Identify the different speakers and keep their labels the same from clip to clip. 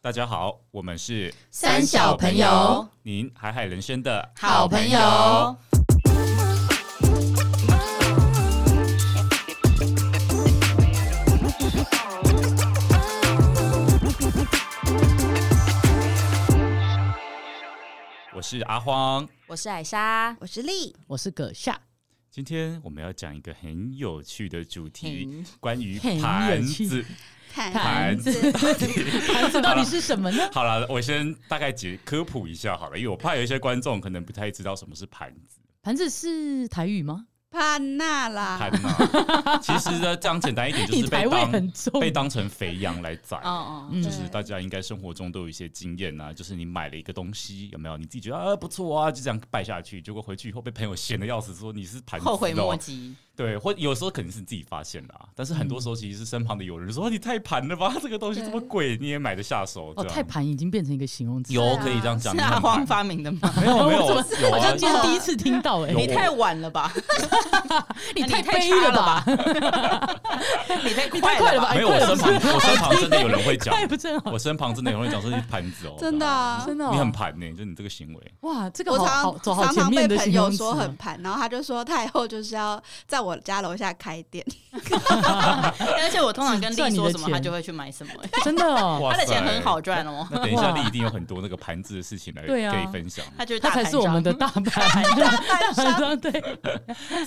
Speaker 1: 大家好，我们是
Speaker 2: 三小朋友，
Speaker 1: 您海海人生的
Speaker 2: 好朋友。
Speaker 1: 我是阿荒。
Speaker 2: 我是艾莎，
Speaker 3: 我是丽，
Speaker 4: 我是葛夏，
Speaker 1: 今天我们要讲一个很有趣的主题
Speaker 4: 很，
Speaker 1: 关于
Speaker 4: 很有
Speaker 1: 盘
Speaker 4: 趣
Speaker 1: 子。
Speaker 3: 看
Speaker 1: 盘
Speaker 4: 盘
Speaker 1: 子
Speaker 4: 子，盘子到底是什么呢？
Speaker 1: 好了，我先大概解科普一下好了，因为我怕有一些观众可能不太知道什么是盘子。
Speaker 4: 盘子是台语吗？
Speaker 3: 潘娜
Speaker 1: 盘
Speaker 3: 啦，
Speaker 1: 嘛，其实呢，这样简单一点，就
Speaker 4: 你
Speaker 1: 是被
Speaker 4: 台味
Speaker 1: 当
Speaker 4: 很重，
Speaker 1: 被当成肥羊来宰。
Speaker 2: 哦哦，
Speaker 4: 嗯
Speaker 1: 就是大家应该生活中都有一些经验啊，就是你买了一个东西，有没有？你自己觉得啊不错啊，就这样拜下去，结果回去以后被朋友嫌的要死，说你是盘子、哦，
Speaker 2: 后悔莫及。
Speaker 1: 对，或有时候可能是你自己发现的、啊，但是很多时候其实是身旁的有人说、你太盘了吧，这个东西这么贵，你也买得下手？
Speaker 4: 哦，
Speaker 1: 这样
Speaker 4: 太盘已经变成一个形容词，
Speaker 1: 有
Speaker 3: 是啊
Speaker 1: 可以这样讲，
Speaker 2: 是
Speaker 1: 你
Speaker 2: 阿
Speaker 1: 很
Speaker 2: 荒
Speaker 1: 盘
Speaker 2: 发明的吗？
Speaker 1: 没有没有
Speaker 4: 我
Speaker 1: 有
Speaker 4: 好
Speaker 1: 啊
Speaker 4: 像今天第一次听到哎、
Speaker 1: 有
Speaker 2: 你太晚了吧？
Speaker 4: 你
Speaker 2: 你
Speaker 4: 太
Speaker 2: 太
Speaker 4: 悲
Speaker 2: 差
Speaker 4: 了吧？
Speaker 2: 你太
Speaker 4: 你太快了吧？？哎
Speaker 1: 没有，我身旁我身旁真的有人会讲，
Speaker 4: 太不正好
Speaker 1: 我，身旁真的有人会讲说你盘子哦，
Speaker 3: 真的啊
Speaker 4: 真的哦、
Speaker 1: 你很盘呢、就你这个行为。
Speaker 4: 哇，这个
Speaker 3: 我
Speaker 4: 好好
Speaker 3: 常
Speaker 4: 走好
Speaker 3: 常
Speaker 4: 前
Speaker 3: 常
Speaker 4: 面
Speaker 3: 被
Speaker 4: 的
Speaker 3: 朋
Speaker 4: 形
Speaker 3: 友
Speaker 4: 容
Speaker 3: 说很
Speaker 4: 词，啊
Speaker 3: 盘，然后他就说太后就是要在我家楼下开 店，
Speaker 2: 而且我通常跟
Speaker 4: 只赚
Speaker 2: 丽
Speaker 4: 你的
Speaker 2: 说什么，
Speaker 4: 钱
Speaker 2: 她就会去买什么，哎
Speaker 4: 真的哦，
Speaker 1: 哇
Speaker 2: 她
Speaker 1: 塞
Speaker 2: 的钱很好赚哦，
Speaker 1: 那等一下，
Speaker 4: 哇
Speaker 1: 你一定有很多那个盘子的事情来可
Speaker 4: 对啊
Speaker 1: 以分享。
Speaker 2: 她就是
Speaker 4: 他
Speaker 2: 大
Speaker 4: 才
Speaker 2: 盘
Speaker 4: 是我们
Speaker 2: 商
Speaker 4: 的大盘大盘商， 对，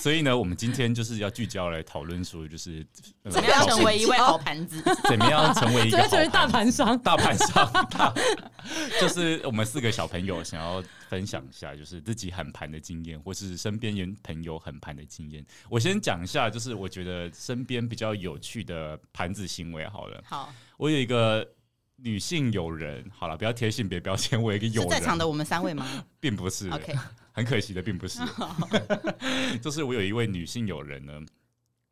Speaker 1: 所以呢，我们今天就是要聚焦来讨论说，就是、呃
Speaker 2: 怎么样
Speaker 1: 到底
Speaker 2: 成为一位好盘子？
Speaker 1: 怎么样成为一个
Speaker 4: 这边
Speaker 1: 好
Speaker 4: 成为大
Speaker 1: 盘
Speaker 4: 盘商，
Speaker 1: 大盘上，大就是我们四个小朋友想要分享一下，就是自己很盘的经验，或是身边人朋友很盘的经验。我先讲一下，就是我觉得身边比较有趣的盘子行为好了。
Speaker 2: 好，
Speaker 1: 我有一个女性友人，好了，不要贴性别标签，我有一个友
Speaker 2: 是在场
Speaker 1: 人，
Speaker 2: 的我们三位吗
Speaker 1: 并不是
Speaker 2: ？OK，
Speaker 1: 很可惜的，并 不是。就是我有一位女性友人呢，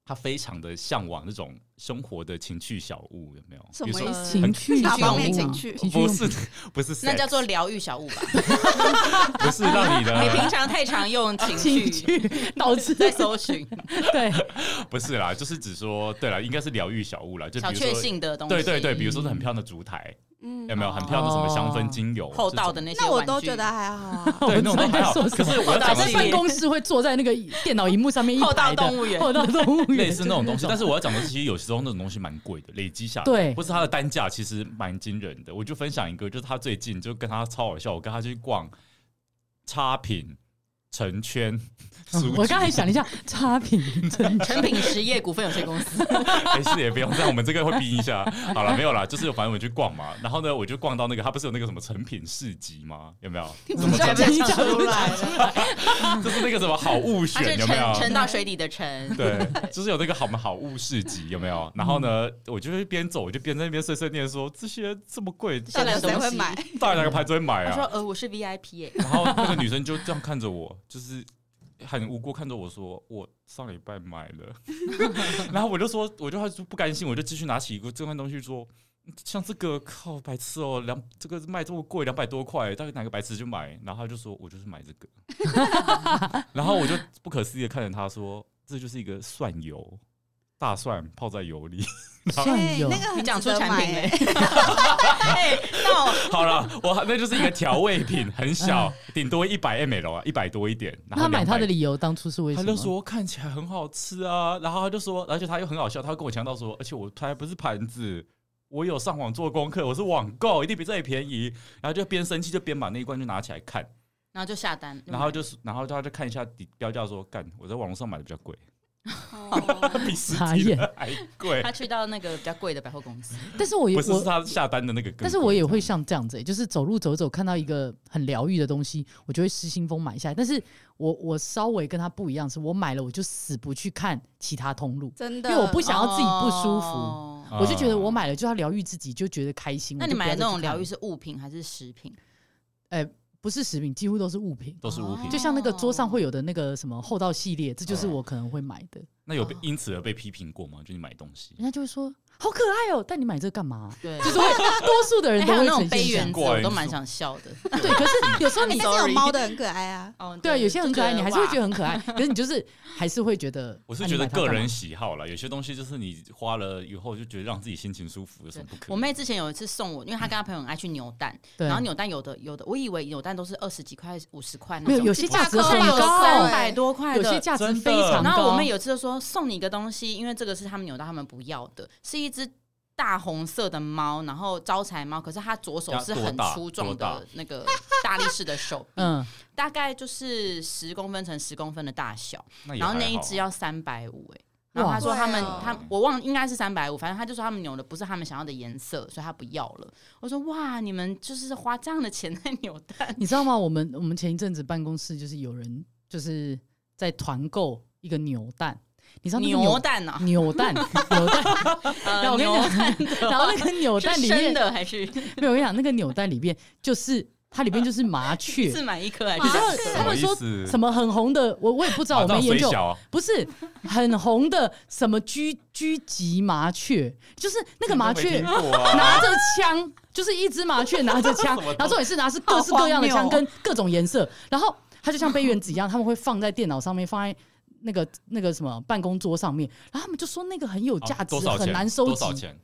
Speaker 1: 她非常的向往那种生活的情趣小物，有没有？
Speaker 3: 什么
Speaker 1: 比如
Speaker 3: 意
Speaker 1: 说
Speaker 3: 思？
Speaker 4: 情趣
Speaker 3: 哪
Speaker 4: 小
Speaker 3: 方面
Speaker 4: 屋
Speaker 3: 情
Speaker 4: 啊
Speaker 3: 趣
Speaker 4: 情趣
Speaker 1: 不
Speaker 4: 用
Speaker 1: 是不是 sex，
Speaker 2: 那叫做疗愈小物吧。
Speaker 1: 不是让你
Speaker 2: 你平
Speaker 1: 的，
Speaker 2: 常太常用情
Speaker 4: 情
Speaker 2: 绪
Speaker 4: 趣导致
Speaker 2: 在搜寻
Speaker 4: 对
Speaker 1: 不是啦，就是只说对啦，应该是疗愈小物啦，就比
Speaker 2: 小
Speaker 1: 如
Speaker 2: 确
Speaker 1: 说。
Speaker 2: 幸的东西，
Speaker 1: 对对对，比如说是很漂亮的烛台，
Speaker 3: 嗯
Speaker 1: 有，没有很漂亮的什么香氛精油？
Speaker 2: 哦厚道的
Speaker 1: 这。
Speaker 2: 那些
Speaker 3: 那我
Speaker 2: 玩
Speaker 3: 都
Speaker 2: 具
Speaker 3: 觉得还好啊
Speaker 1: 种对那种都还好。
Speaker 4: 我不知道
Speaker 1: 可
Speaker 4: 在说什
Speaker 1: 是我要
Speaker 2: 大
Speaker 1: 讲
Speaker 4: 在
Speaker 1: 的
Speaker 2: 系
Speaker 1: 是
Speaker 2: 列
Speaker 4: 办公室会坐在那个电脑荧幕上面一
Speaker 2: 厚道
Speaker 4: 排的
Speaker 2: 动物园
Speaker 4: 厚道动物园
Speaker 1: 类似那种东西，但是我要讲的是，其实有时候那种东西蛮贵的，累积下来，
Speaker 4: 对
Speaker 1: 或是它的单价其实蛮惊人的。我就分享一个，就是他最近就跟他超好笑，我跟他去逛差评成圈，书
Speaker 4: 嗯我
Speaker 1: 局
Speaker 4: 刚 才想了一下，差评真
Speaker 2: 成品实业股份有限公司，
Speaker 1: 没事哎也不用这样，我们这个会逼一下。好了，没有啦，就是反正我去逛嘛，然后呢，我就逛到那个，它不是有那个什么成品市集吗？有没 有？什么
Speaker 2: 你
Speaker 1: 成
Speaker 2: 居然被讲出来了？
Speaker 1: 就是那个什么好物
Speaker 4: 啊
Speaker 2: 它是
Speaker 1: 选有没
Speaker 2: 沉沉
Speaker 1: 有？
Speaker 2: 到水底的沉，
Speaker 1: 对，就是有那个好嘛好物市集有没有？然后呢，我就一边走，我就边在那边碎碎念说这些这么贵，
Speaker 2: 这
Speaker 3: 到底
Speaker 2: 些
Speaker 3: 谁会买？
Speaker 1: 到底哪个牌子会买
Speaker 2: 我说
Speaker 1: 啊？
Speaker 2: 呃，我是 VIP 耶，
Speaker 1: 然后那个女生就这样看着我， 就是很无辜看着我说：“我上礼拜买了。” 然后我就说，我就还说不甘心，我就继续拿起一个这块东西说：“像这个靠白痴哦，两这个卖这么贵，两百多块，到底哪个白痴就买？”然后他就说：“我就是买这个。” 然后我就不可思议的看着他说：“这就是一个蒜油，大蒜泡在油里。”
Speaker 4: 算 有
Speaker 3: 哎那个
Speaker 2: 你
Speaker 3: 很
Speaker 2: 讲
Speaker 3: 值
Speaker 2: 出
Speaker 3: 得
Speaker 2: 产品
Speaker 3: 买
Speaker 2: 嘞， 哎，那我
Speaker 1: 好了，我那就是一个调味品，很小，顶多一百 ml 啊，一百多一点。然
Speaker 4: 那
Speaker 1: 后
Speaker 4: 他买他的
Speaker 1: 200
Speaker 4: 理由当初是为什
Speaker 1: 他
Speaker 4: 么？
Speaker 1: 就说看起来很好吃啊， 然后他就说，而且他又很好笑，他会跟我强调说，而且我还不是盘子，我有上网做功课，我是网购，一定比这里便宜。然后就边生气就边把那一罐就拿起来看，
Speaker 2: 然后就下单，
Speaker 4: 嗯
Speaker 1: 然后就是，然后他就看一下底标价说，干，我在网络上买的比较贵，
Speaker 3: 哦
Speaker 1: 比实
Speaker 4: 傻
Speaker 1: 体
Speaker 4: 眼
Speaker 1: 的还贵
Speaker 2: 他。去到那个比较贵的百货公司，
Speaker 4: 但是我也
Speaker 1: 不是是
Speaker 4: 我，
Speaker 1: 他下单的那个更贵，
Speaker 4: 但是我也会像这样子、欸，就是走路走走看到一个很疗愈的东西，我就会失心疯买下来。但是我我稍微跟他不一样，是我买了我就死不去看其他通路，
Speaker 3: 真的，
Speaker 4: 因为我不想要自己不舒服
Speaker 2: 哦
Speaker 1: 啊，
Speaker 4: 我就觉得我买了就要疗愈自己，就觉得开心。
Speaker 2: 那你
Speaker 4: 我就不
Speaker 2: 买
Speaker 4: 要
Speaker 2: 的那
Speaker 4: 再去
Speaker 2: 种
Speaker 4: 看
Speaker 2: 疗愈
Speaker 4: 了
Speaker 2: 是物品还是食品？
Speaker 4: 不是食品，几乎都是物品。
Speaker 1: 都是物品。
Speaker 4: 就像那个桌上会有的那个什么厚
Speaker 2: 嗯
Speaker 4: 道系列，这就是我可能会买的。嗯
Speaker 1: 那有被因此而被批评过吗？就你买东西，
Speaker 4: 人家就会说好可爱哦、但你买这个干 嘛？
Speaker 2: 对，
Speaker 4: 就是会多数的人
Speaker 2: 哎
Speaker 4: 都
Speaker 2: 还有
Speaker 4: 会
Speaker 2: 那种
Speaker 4: 呈
Speaker 2: 杯
Speaker 4: 现这样
Speaker 2: 原则，
Speaker 1: 怪
Speaker 2: 我都
Speaker 1: 你
Speaker 2: 蛮
Speaker 1: 说
Speaker 2: 想笑的。
Speaker 4: 对，可是有时候
Speaker 2: 哎
Speaker 4: 你
Speaker 2: 但
Speaker 3: 但是有
Speaker 2: Sorry
Speaker 3: 猫的很可爱啊，
Speaker 2: 哦，
Speaker 4: 对啊，有些很可爱，
Speaker 2: 就
Speaker 4: 你还是会觉得很可爱，可是你就是还是会觉得，
Speaker 1: 我
Speaker 4: 啊
Speaker 1: 是
Speaker 4: 你
Speaker 1: 觉得
Speaker 4: 买它
Speaker 1: 个
Speaker 4: 干嘛
Speaker 1: 人喜好啦，有些东西就是你花了以后就觉得让自己心情舒服，有什么不可以？
Speaker 2: 我妹之前有一次送我，因为她跟她朋友很爱去扭蛋，
Speaker 4: 对，
Speaker 2: 然后扭蛋有的有的，我以为扭蛋都是二十几块、五十块那
Speaker 4: 没
Speaker 2: 种，
Speaker 4: 有有些价值
Speaker 3: 哇
Speaker 4: 很
Speaker 3: 扣
Speaker 4: 高，
Speaker 2: 三
Speaker 3: 三
Speaker 2: 百
Speaker 3: 百
Speaker 2: 多块
Speaker 4: 有
Speaker 2: 的
Speaker 4: 些。价值
Speaker 1: 真的
Speaker 4: 非常高。
Speaker 2: 然后我妹有一次就说送你一个东西，因为这个是他们扭蛋他们不要的，是一只大红色的猫，然后招财猫，可是它左手
Speaker 1: 它
Speaker 2: 是
Speaker 1: 多
Speaker 2: 很
Speaker 1: 大
Speaker 2: 粗
Speaker 1: 多
Speaker 2: 壮
Speaker 1: 大
Speaker 2: 的那个大力士的手臂，
Speaker 4: 嗯，
Speaker 2: 大概就是十公分乘十公分的大小。
Speaker 1: 那也
Speaker 2: 然后
Speaker 1: 还
Speaker 2: 那一
Speaker 1: 好啊
Speaker 2: 只要三百五哎，然后
Speaker 4: 哇
Speaker 2: 他说他们
Speaker 3: 贵哦
Speaker 2: 他我忘了应该是三百五，反正他就说他们扭的不是他们想要的颜色，所以他不要了。我说哇，你们就是花这样的钱在扭蛋，
Speaker 4: 你知道吗？我们我们前一阵子办公室就是有人就是在团购一个扭蛋，你知道那个
Speaker 2: 扭蛋 啊，
Speaker 4: 扭蛋 扭蛋，然后
Speaker 2: 呃，
Speaker 4: 我跟
Speaker 2: 扭
Speaker 4: 你讲，
Speaker 2: 蛋的话，
Speaker 4: 然后那个扭蛋
Speaker 2: 是
Speaker 4: 里
Speaker 2: 生
Speaker 4: 面
Speaker 2: 的还是
Speaker 4: 没有，我跟你讲那个扭蛋里面就是它里面就是麻雀，
Speaker 2: 自买一颗还
Speaker 4: 你知
Speaker 2: 是？
Speaker 4: 道
Speaker 3: 麻雀
Speaker 4: 他们说
Speaker 1: 什么意思
Speaker 4: 什么很红的，我我也不知道，我
Speaker 1: 马
Speaker 4: 没
Speaker 1: 照
Speaker 4: 研
Speaker 1: 水
Speaker 4: 究，
Speaker 1: 小啊，
Speaker 4: 不是很红的什么狙狙击麻雀，就是那个麻雀
Speaker 1: 你都没听过 啊
Speaker 4: 拿着枪，就是一只麻雀拿着 枪，然后重点是拿是各式各样的枪
Speaker 3: 好荒谬哦
Speaker 4: 跟各种颜色，然后它就像杯原子一样，他们会放在电脑上面，放在那个那个什么办公桌上面，然后他们就说那个很有价
Speaker 1: 啊
Speaker 4: 值
Speaker 1: 多，少钱
Speaker 4: 很难收
Speaker 1: 多
Speaker 4: 集
Speaker 1: 少，钱？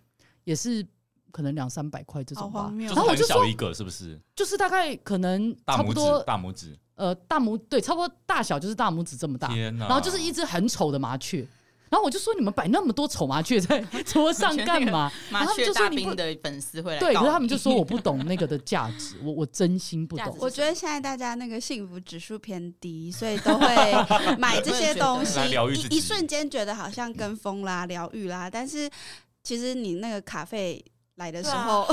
Speaker 4: 也是可能两三百块这
Speaker 3: 好
Speaker 4: 种
Speaker 3: 荒
Speaker 4: 吧，
Speaker 3: 谬
Speaker 1: 就是
Speaker 3: 哦。
Speaker 4: 然后我
Speaker 1: 很
Speaker 4: 就
Speaker 1: 小一个，是不是？
Speaker 4: 就是大概可能
Speaker 1: 大
Speaker 4: 差
Speaker 1: 拇
Speaker 4: 不多
Speaker 1: 指，大拇指，
Speaker 4: 呃大拇对，差不多大小就是大拇指这么大，
Speaker 1: 天哪！
Speaker 4: 然 后就是一只很丑的麻雀。然后我就说你们摆那么多丑麻雀在桌上干嘛？然
Speaker 2: 麻
Speaker 4: 后他们
Speaker 2: 雀
Speaker 4: 就说
Speaker 2: 大
Speaker 4: 你不
Speaker 2: 兵的粉丝 会来
Speaker 4: 对，可
Speaker 2: 告
Speaker 4: 是他们
Speaker 2: 你
Speaker 4: 就说我不懂那个的价值，我我真心不
Speaker 2: 价值
Speaker 4: 懂。
Speaker 3: 我觉得现在大家那个幸福指数偏低，所以都 会买这些东西
Speaker 1: 来疗愈自，己
Speaker 3: 一一瞬间觉得好像跟风啦、疗愈啦，但是其实你那个卡费来的时
Speaker 2: 啊
Speaker 3: 候，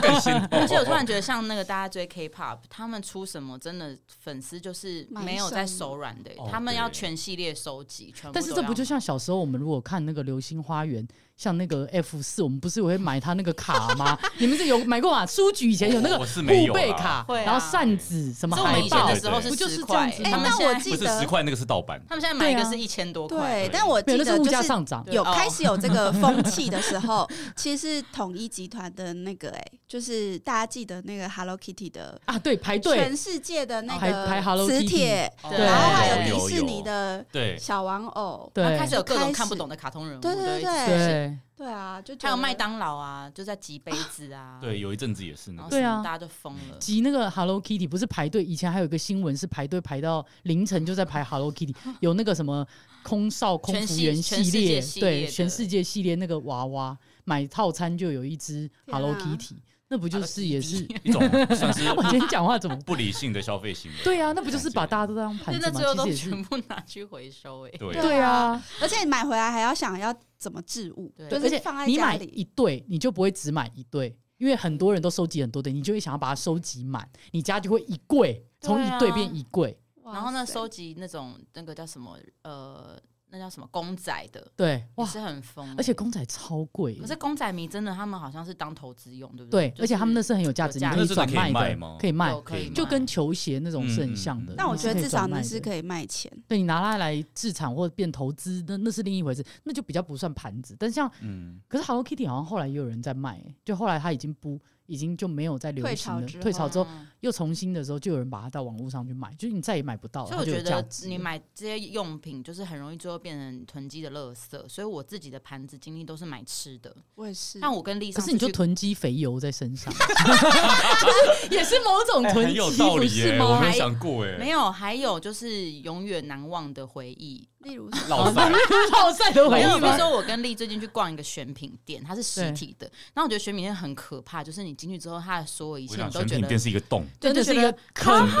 Speaker 1: 更新，而
Speaker 2: 而且我突然觉得，像那个大家追 K-pop，他们出什么真的粉丝就是没有在手软的、
Speaker 1: 买什么
Speaker 2: 他们要
Speaker 1: 哦对
Speaker 2: 全系列收集，全部
Speaker 4: 但是
Speaker 2: 都
Speaker 4: 这
Speaker 2: 要
Speaker 4: 不就
Speaker 2: 买
Speaker 4: 像小时候我们如果看那个《流星花园》，像那个 F 四，我们不是也会买他那个卡吗？ 你们是有买过吗？书局以前有那
Speaker 1: 我
Speaker 4: 个
Speaker 1: 我是没有
Speaker 4: 护
Speaker 1: 啦
Speaker 4: 贝卡，
Speaker 2: 会啊
Speaker 4: 然后扇子什么
Speaker 2: 这我们
Speaker 4: 海
Speaker 2: 以前
Speaker 4: 报
Speaker 2: 的，时候
Speaker 1: 对
Speaker 2: 是
Speaker 4: 不就是
Speaker 2: 10
Speaker 4: 这样
Speaker 2: 块
Speaker 4: 子
Speaker 2: 他
Speaker 3: 吗
Speaker 2: 们
Speaker 3: 哎那我
Speaker 2: 现在
Speaker 3: 记
Speaker 1: 不是
Speaker 3: 得
Speaker 1: 十块那个是盗版，
Speaker 2: 他们现在买一个
Speaker 4: 对啊
Speaker 2: 是一千多块，
Speaker 3: 对，但我
Speaker 4: 没
Speaker 3: 记
Speaker 4: 有，
Speaker 3: 得
Speaker 4: 那是
Speaker 3: 就
Speaker 4: 物价
Speaker 3: 是
Speaker 4: 上涨。
Speaker 2: 对
Speaker 3: 有
Speaker 2: 哦
Speaker 3: 开始有这 个风气的时候，其实是统一集团的那个哎、就是大家记得那个 Hello Kitty 的。
Speaker 4: 啊，对，排队
Speaker 3: 全世界的那
Speaker 4: 排排 Hello
Speaker 3: 个磁
Speaker 4: Kitty
Speaker 3: 铁，
Speaker 1: 对
Speaker 3: 然后还
Speaker 1: 有
Speaker 3: 有
Speaker 1: 有
Speaker 3: 迪士尼
Speaker 1: 有
Speaker 3: 的
Speaker 1: 对，
Speaker 3: 小玩偶，
Speaker 4: 对
Speaker 2: 然后开始有各
Speaker 3: 开
Speaker 2: 种
Speaker 3: 始
Speaker 2: 看不懂的卡通人物，
Speaker 3: 对对
Speaker 2: 都会
Speaker 3: 对
Speaker 4: 对，
Speaker 3: 对啊，就觉
Speaker 2: 还有
Speaker 3: 得
Speaker 2: 麦当劳啊，就在挤杯子啊，
Speaker 1: 对，，有一阵子也是
Speaker 2: 然
Speaker 1: 呢
Speaker 2: 后。
Speaker 4: 对啊
Speaker 2: 什么大家都疯 了，
Speaker 4: 集那个 Hello Kitty 不是排队，以前还有一个新闻是排队排到凌晨就在排 Hello Kitty，有那个什么空少空
Speaker 2: 全
Speaker 4: 服
Speaker 2: 系
Speaker 4: 员
Speaker 2: 全世
Speaker 4: 列，
Speaker 2: 界系列
Speaker 4: 对，
Speaker 2: 的
Speaker 4: 全世界系列那个娃娃，买套餐就有一只
Speaker 3: 天啊
Speaker 4: Hello Kitty，那不就是也是？
Speaker 1: 一种算是
Speaker 4: 我今天讲话怎么？
Speaker 1: 不理性的消费行为。
Speaker 4: 对啊，那不就是把大家都当盘
Speaker 2: 真
Speaker 4: 子
Speaker 2: 的
Speaker 4: 吗
Speaker 2: 啊最后？
Speaker 4: 其
Speaker 2: 都
Speaker 4: 实也是
Speaker 2: 全部拿去回收哎、
Speaker 1: 对
Speaker 4: 对啊，
Speaker 3: 而且你买回来还要想要怎么置物，
Speaker 2: 对
Speaker 3: 就
Speaker 4: 而
Speaker 3: 是
Speaker 4: 且
Speaker 3: 放在
Speaker 4: 你
Speaker 3: 家
Speaker 4: 买
Speaker 3: 里
Speaker 4: 一。对，你就不会只买一对，因为很多人都收集很多对，你就会想要把它收集满，你家就会一柜，从一
Speaker 2: 对
Speaker 4: 对
Speaker 2: 啊
Speaker 4: 变一柜，
Speaker 2: 然后
Speaker 3: 哇
Speaker 2: 呢，
Speaker 3: 塞
Speaker 2: 收集那种那个叫什么呃，那叫什么公仔的，
Speaker 4: 对，
Speaker 2: 也
Speaker 4: 哇，
Speaker 2: 是很疯欸、
Speaker 4: 而且公仔超贵耶，
Speaker 2: 可是公仔迷真的，他们好像是当投资用，
Speaker 1: 嗯
Speaker 2: 对不
Speaker 4: 对，
Speaker 2: 就
Speaker 4: 而且他们那是很有价值，
Speaker 2: 有
Speaker 4: 你
Speaker 2: 价
Speaker 4: 以
Speaker 1: 值
Speaker 4: 转
Speaker 1: 那真的可以
Speaker 4: 卖
Speaker 1: 卖
Speaker 4: 的
Speaker 1: 吗，
Speaker 4: 可以卖
Speaker 2: 有，可以卖
Speaker 4: 就跟球鞋那种是很像
Speaker 1: 嗯
Speaker 4: 的
Speaker 1: 嗯嗯。
Speaker 3: 但我觉得
Speaker 4: 你
Speaker 3: 至
Speaker 4: 是可以
Speaker 3: 少
Speaker 4: 转卖
Speaker 3: 那
Speaker 4: 的
Speaker 3: 是可以卖钱，
Speaker 4: 对你拿它来制产或变投资，那那是另一回事，那就比较不算盘子。但像
Speaker 1: 嗯，
Speaker 4: 可是 Hello Kitty 好像后来也有人在卖、欸就后来它已经不已经就没有在流
Speaker 3: 退
Speaker 4: 行
Speaker 3: 潮
Speaker 4: 了，
Speaker 3: 之后啊
Speaker 4: 退潮之后
Speaker 2: 嗯
Speaker 4: 又重新的时候，就有人把它到网络上去买，就是你再也买不到了，
Speaker 2: 所以我
Speaker 4: 它就
Speaker 2: 觉
Speaker 4: 有价
Speaker 2: 得
Speaker 4: 值
Speaker 2: 你
Speaker 4: 了
Speaker 2: 买这些用品，就是很容易最后变成囤积的垃圾。所以我自己的盘子经历都是买吃的，
Speaker 3: 我也是
Speaker 2: 但我跟丽
Speaker 4: 可
Speaker 2: 莎
Speaker 4: 是你就
Speaker 2: 去
Speaker 4: 囤积肥油在 身上，就是 也是某种
Speaker 1: 哎
Speaker 4: 囤
Speaker 1: 很
Speaker 4: 积，
Speaker 1: 有道
Speaker 4: 不
Speaker 1: 理
Speaker 4: 是
Speaker 1: 耶，
Speaker 4: 吗？
Speaker 1: 我没想过
Speaker 2: 没
Speaker 1: 哎，
Speaker 2: 有，还有就是永远难忘的回忆。
Speaker 3: 例如什么
Speaker 4: 啊
Speaker 1: 老塞，
Speaker 4: 好晒的回
Speaker 2: 没
Speaker 4: 忆
Speaker 2: 有，
Speaker 4: 吗
Speaker 2: 比如说我跟丽最近去逛一个选品店，它是实体的，然后我觉得选品店很可怕，就是你进去之后，它的所有一
Speaker 1: 我
Speaker 2: 切
Speaker 1: 想
Speaker 2: 你都
Speaker 1: 选
Speaker 2: 觉
Speaker 1: 品
Speaker 2: 得
Speaker 1: 店是一个 洞，
Speaker 4: 真的是一
Speaker 2: 就觉
Speaker 4: 个
Speaker 2: 得
Speaker 4: 坑，
Speaker 1: 真的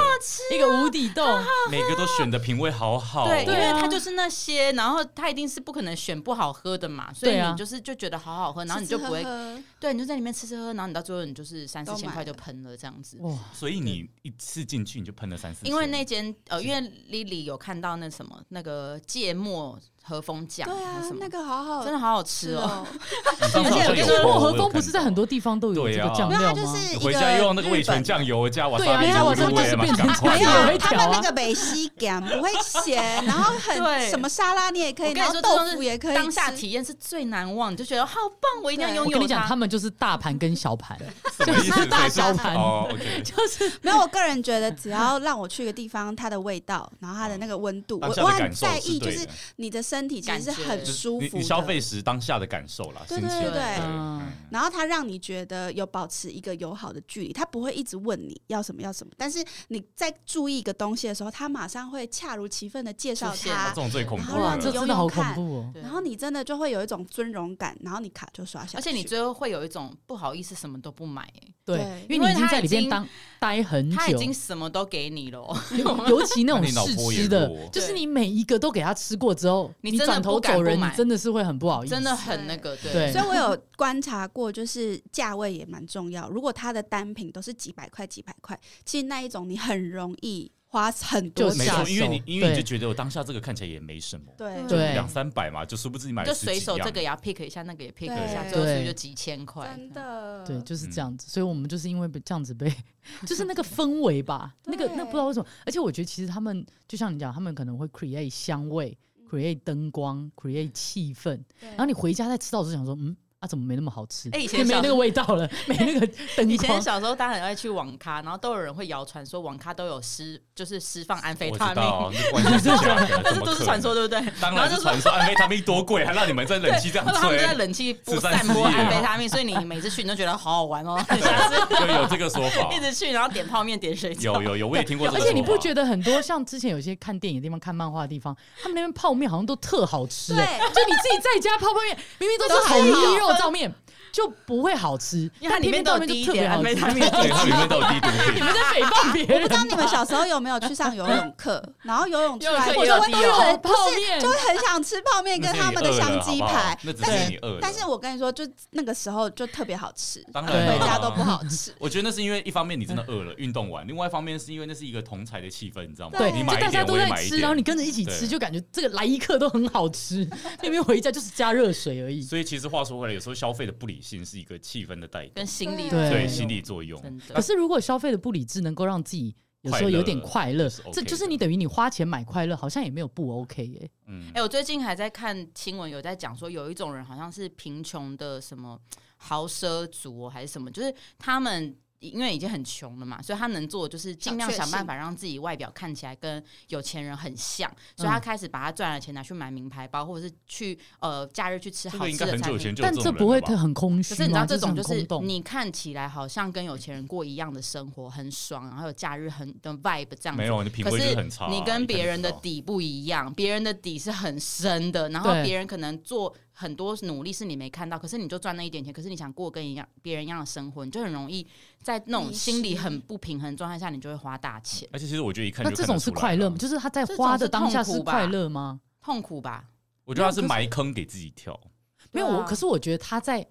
Speaker 4: 一个
Speaker 3: 哦
Speaker 4: 无底洞。
Speaker 1: 每个都选的品味好好哦，
Speaker 2: 对，因
Speaker 4: 对
Speaker 2: 为
Speaker 4: 啊
Speaker 2: 它就是那些，然后它一定是不可能选不好喝的嘛，所以
Speaker 4: 对啊
Speaker 2: 你就是就觉得好好喝， 然后你就不会
Speaker 3: 吃吃喝喝
Speaker 2: 对，你就在里面吃吃喝，然后你到最后你就是三四
Speaker 3: 都
Speaker 2: 千
Speaker 3: 买
Speaker 2: 块就
Speaker 3: 了
Speaker 2: 喷了这样子。
Speaker 4: 哇，
Speaker 1: 所以你一次进去你就喷了三四千，
Speaker 2: 因为那间呃，因为 Lily 有看到那什么那个芥末和风酱，
Speaker 3: 对
Speaker 2: 还
Speaker 3: 啊
Speaker 2: 是什，么
Speaker 3: 那个好好
Speaker 2: 真的好好
Speaker 3: 吃
Speaker 2: 吃
Speaker 3: 哦。
Speaker 2: 哦。
Speaker 1: 你上次好像有
Speaker 4: 而
Speaker 1: 问
Speaker 4: 且
Speaker 1: 我
Speaker 4: 薄
Speaker 1: 我有
Speaker 4: 荷风
Speaker 1: 看
Speaker 4: 不是在
Speaker 1: 到
Speaker 4: 很多地方都有
Speaker 1: 对
Speaker 4: 这个
Speaker 1: 啊
Speaker 4: 酱
Speaker 3: 没有，它
Speaker 4: 料
Speaker 3: 就
Speaker 4: 吗？
Speaker 3: 是一
Speaker 1: 回家
Speaker 3: 个
Speaker 1: 用那个味
Speaker 3: 日本
Speaker 1: 全酱油加瓦
Speaker 4: 对
Speaker 1: 萨
Speaker 4: 啊
Speaker 1: 比
Speaker 4: 因为
Speaker 1: 酱
Speaker 4: 我
Speaker 1: 油
Speaker 4: 这
Speaker 1: 入
Speaker 4: 就是
Speaker 1: 味嘛，
Speaker 4: 变成
Speaker 1: 赶
Speaker 4: 酱
Speaker 1: 快
Speaker 3: 没
Speaker 4: 油
Speaker 1: 啊
Speaker 4: 有 一
Speaker 3: 有，
Speaker 4: 条
Speaker 3: 他
Speaker 4: 啊
Speaker 3: 们那个北西感不会咸， 然后很
Speaker 2: 对
Speaker 3: 什么沙拉你也可以，
Speaker 2: 我跟
Speaker 3: 然
Speaker 2: 你
Speaker 3: 后
Speaker 2: 说，
Speaker 3: 豆
Speaker 2: 这
Speaker 3: 腐
Speaker 2: 种
Speaker 3: 也可
Speaker 2: 是
Speaker 3: 以，
Speaker 2: 当下。体验是最难忘，你就觉得好棒，我一定要
Speaker 3: 对
Speaker 2: 拥
Speaker 4: 我
Speaker 2: 有它。
Speaker 4: 跟你讲，他们就是大盘跟小盘，
Speaker 1: 什么意思？谁
Speaker 4: 大
Speaker 1: 知
Speaker 4: 小
Speaker 1: 道
Speaker 4: 盘
Speaker 1: 哦，OK，
Speaker 4: 就是
Speaker 3: 没有，我个人觉得只要让我去个地方，它的味道，然后它的那个温度，我
Speaker 1: 当下
Speaker 3: 我
Speaker 1: 的
Speaker 3: 很
Speaker 1: 感受
Speaker 3: 在意，就
Speaker 1: 对
Speaker 3: 是
Speaker 1: 的
Speaker 3: 你的身体其实是
Speaker 2: 感
Speaker 3: 很
Speaker 2: 觉
Speaker 3: 舒
Speaker 1: 你
Speaker 3: 服
Speaker 1: 你
Speaker 3: 的。
Speaker 1: 消费时当下的感受啦，
Speaker 3: 对
Speaker 1: 心情
Speaker 3: 对对
Speaker 4: 嗯
Speaker 1: 嗯
Speaker 3: 然后它让你觉得有保持一个友好的距离，它不会一直问你要什么要什么，但是你在注意一个东西的时候，它马上会恰如其分的介绍
Speaker 2: 出现
Speaker 1: 哦
Speaker 3: 它
Speaker 1: 这，种最恐
Speaker 3: 啊然
Speaker 1: 怖
Speaker 3: 后让
Speaker 4: 哇，
Speaker 1: 了
Speaker 3: 你
Speaker 4: 这。真
Speaker 3: 用
Speaker 4: 的好
Speaker 3: 用
Speaker 4: 恐
Speaker 3: 看
Speaker 4: 怖哦！
Speaker 2: 对
Speaker 3: 然后你真的就会有一种尊荣感，然后你卡就刷下去。
Speaker 2: 而且你最后会有一种不好意思，什么都不买、欸
Speaker 4: 对
Speaker 3: 对，
Speaker 4: 因为你已
Speaker 2: 因为
Speaker 4: 经
Speaker 2: 他
Speaker 4: 在里
Speaker 2: 已
Speaker 4: 边
Speaker 2: 经
Speaker 4: 当待很
Speaker 2: 他已
Speaker 4: 久，
Speaker 2: 经什么都给你了， 哦
Speaker 4: 尤尤其那种
Speaker 1: 那你脑
Speaker 4: 试
Speaker 1: 波也
Speaker 4: 吃的
Speaker 1: 弱，
Speaker 4: 就是
Speaker 2: 对
Speaker 4: 你每一个都给他吃过之后，
Speaker 2: 你
Speaker 4: 你
Speaker 2: 真的
Speaker 4: 转头
Speaker 2: 不敢
Speaker 4: 走人，
Speaker 2: 不
Speaker 4: 你
Speaker 2: 买
Speaker 4: 真的是会很不好意思，
Speaker 2: 真的很那个，对，
Speaker 4: 对
Speaker 3: 所以我有观察过，就是价位也蛮重要。如果它的单品都是几百块、几百块，其实那一种你很容易花很多
Speaker 4: 就
Speaker 1: 没
Speaker 3: 钱。
Speaker 4: 下
Speaker 1: 错，
Speaker 4: 手
Speaker 1: 因为你因为你就
Speaker 4: 对
Speaker 1: 觉得我当下这个看起来也没什么，
Speaker 3: 对
Speaker 2: 嗯
Speaker 4: 对
Speaker 1: 两三百嘛，就殊不知你买
Speaker 2: 就
Speaker 1: 了十
Speaker 2: 随
Speaker 1: 几
Speaker 2: 手
Speaker 1: 样
Speaker 2: 这个也要 pick 一下，那个也 pick 一下，
Speaker 3: 对
Speaker 2: 最后是不
Speaker 4: 对
Speaker 2: 是就几千块？
Speaker 3: 真的，
Speaker 4: 对，就是
Speaker 1: 嗯
Speaker 4: 这样子，所以我们就是因为被这样子被， 就是那个氛围吧，那个
Speaker 3: 对
Speaker 4: 那不知道为什么，而且我觉得其实他们就像你讲，他们可能会 create 香味，create 灯光，create 气氛，
Speaker 3: 对
Speaker 4: 然后你回家再吃到的时候想说，嗯，啊怎么没那么好吃？
Speaker 2: 哎以前
Speaker 4: 也没
Speaker 2: 小
Speaker 4: 那个味道了， 没那个灯
Speaker 2: 以前
Speaker 4: 光，
Speaker 2: 小时候，大家很爱去网咖，然后都有人会谣传说网咖都有施，就是释放安非
Speaker 1: 我
Speaker 2: 他
Speaker 1: 知
Speaker 2: 命，
Speaker 1: 道，那关键是价 格，怎
Speaker 2: 但是
Speaker 1: 么
Speaker 2: 都
Speaker 1: 可
Speaker 2: 是传说，
Speaker 1: 能。
Speaker 2: 对不对？
Speaker 1: 当
Speaker 2: 然后
Speaker 1: 然
Speaker 2: 就是说
Speaker 1: 传说，安非他命多贵，还让你们在冷气这样
Speaker 2: 他们他们就在
Speaker 1: 吹，
Speaker 2: 冷气播
Speaker 1: 四三
Speaker 2: 散
Speaker 1: 四
Speaker 2: 播
Speaker 1: 夜
Speaker 2: 安非他命，所以你每次去你都觉得好好 玩哦，很想
Speaker 1: 对，有这个说法
Speaker 2: 一，直去，然后点泡面点水饺，
Speaker 1: 有有有，我也听过这个
Speaker 4: 而
Speaker 1: 说法。
Speaker 4: 且你不觉得很多像之前有些看电影的地方、看漫画的地方，他们那边泡面好像都特好吃、
Speaker 3: 对
Speaker 4: 哎就你自己在家泡泡面，明明都
Speaker 2: 都
Speaker 4: 是
Speaker 2: 还
Speaker 4: 红
Speaker 2: 好
Speaker 4: 衣肉燥面，就不会好吃，
Speaker 2: 因为它
Speaker 4: 但
Speaker 2: 里
Speaker 4: 偏
Speaker 2: 面
Speaker 4: 偏
Speaker 2: 都
Speaker 4: 到
Speaker 2: 有
Speaker 4: 面就特别好吃
Speaker 2: 滴一点安非。他命，
Speaker 1: 对，它里面都有低毒
Speaker 4: 你
Speaker 1: 品，
Speaker 4: 们在诽 谤别
Speaker 3: 我
Speaker 4: 人
Speaker 3: 不知道你们小时候有没有去上游泳 课，然后游泳出来，
Speaker 2: 游泳课
Speaker 3: 我
Speaker 2: 也有
Speaker 3: 就会
Speaker 2: 低哦
Speaker 3: 很
Speaker 4: 泡
Speaker 3: 不是，
Speaker 4: 面
Speaker 3: 就会很想吃泡面跟他们的香鸡排。
Speaker 1: 那只
Speaker 4: 但
Speaker 1: 是
Speaker 4: 是
Speaker 1: 你饿了。
Speaker 3: 但是我跟你说，就那个时候就特别好吃，
Speaker 1: 当然
Speaker 4: 对
Speaker 3: 回家都不好吃。
Speaker 1: 我觉得那是因为一方面你真的饿了，运动完；另外一方面是因为那是一个同才的气氛，你知道吗？
Speaker 4: 对，
Speaker 1: 你
Speaker 4: 就
Speaker 1: 买
Speaker 4: 大
Speaker 1: 一
Speaker 4: 家
Speaker 1: 点，
Speaker 4: 都
Speaker 1: 我也
Speaker 4: 在
Speaker 1: 买一
Speaker 4: 吃，然后你
Speaker 1: 点。
Speaker 4: 跟着一起吃，
Speaker 1: 对
Speaker 4: 就感觉这个来一客都很好吃， 偏偏回家就是加热水而已。
Speaker 1: 所以其实话说回来，有时候消费的不理性是一个气氛的带动
Speaker 2: 跟，心理
Speaker 4: 对
Speaker 1: 对
Speaker 4: 有
Speaker 1: 心理作用。
Speaker 2: 真的
Speaker 4: 可是如果消费的不理智能够让自己有时候
Speaker 1: 快乐
Speaker 4: 有点快乐
Speaker 1: 呃是，OK
Speaker 4: 这就是
Speaker 1: 的
Speaker 4: 你等于你花钱买快乐，好像也没有不 OK 耶。
Speaker 1: 嗯
Speaker 2: 哎、，我最近还在看新闻，有在讲说有一种人好像是贫穷的什么豪奢族哦还是什么，就是他们因为已经很穷了嘛，所以他能做的就是尽量
Speaker 3: 小确
Speaker 2: 想办
Speaker 3: 幸
Speaker 2: 法让自己外表看起来跟有钱人很像，所以他
Speaker 4: 嗯
Speaker 2: 开始把他赚的钱拿去买名牌包，或者是去呃假日去吃
Speaker 1: 这
Speaker 2: 好
Speaker 1: 个
Speaker 2: 吃
Speaker 1: 应该
Speaker 2: 的
Speaker 1: 很
Speaker 2: 餐
Speaker 1: 久以
Speaker 2: 厅
Speaker 1: 前。就有
Speaker 4: 但
Speaker 1: 这
Speaker 4: 这
Speaker 1: 种
Speaker 4: 不
Speaker 1: 人
Speaker 4: 会
Speaker 1: 了吧
Speaker 4: 特很空虚
Speaker 2: 可
Speaker 4: 吗？
Speaker 2: 是你知道这种就
Speaker 4: 很
Speaker 2: 是
Speaker 4: 空洞
Speaker 2: 你看起来好像跟有钱人过一样的生活，很爽，然后有假日很的 vibe 这样子
Speaker 1: 没，有，你品
Speaker 2: 嗯可
Speaker 1: 味就是是很差啊。
Speaker 2: 你跟别人的
Speaker 1: 一看就知道
Speaker 2: 底不一样，别人的底是很深的，然后
Speaker 4: 对
Speaker 2: 别人可能做很多努力是你没看到，可是你就赚那一点钱，可是你想过跟一样别人一样的生活，你就很容易在那种
Speaker 3: 迷失
Speaker 2: 心理很不平衡状态下，你就会花大钱，
Speaker 1: 而且其实我觉得一看
Speaker 4: 那
Speaker 1: 就
Speaker 4: 这
Speaker 1: 看
Speaker 4: 种
Speaker 1: 得
Speaker 4: 是
Speaker 1: 出来啊
Speaker 4: 快乐
Speaker 1: 了
Speaker 4: 吗？就是他在
Speaker 2: 这
Speaker 4: 花
Speaker 2: 种
Speaker 4: 的
Speaker 2: 是
Speaker 4: 当下
Speaker 2: 痛
Speaker 4: 是
Speaker 2: 苦吧
Speaker 4: 快乐吗？
Speaker 2: 痛苦吧？
Speaker 1: 我觉得他是埋坑给自己跳。
Speaker 4: 没
Speaker 2: 对
Speaker 4: 有，我
Speaker 2: 啊
Speaker 4: 可是我觉得他在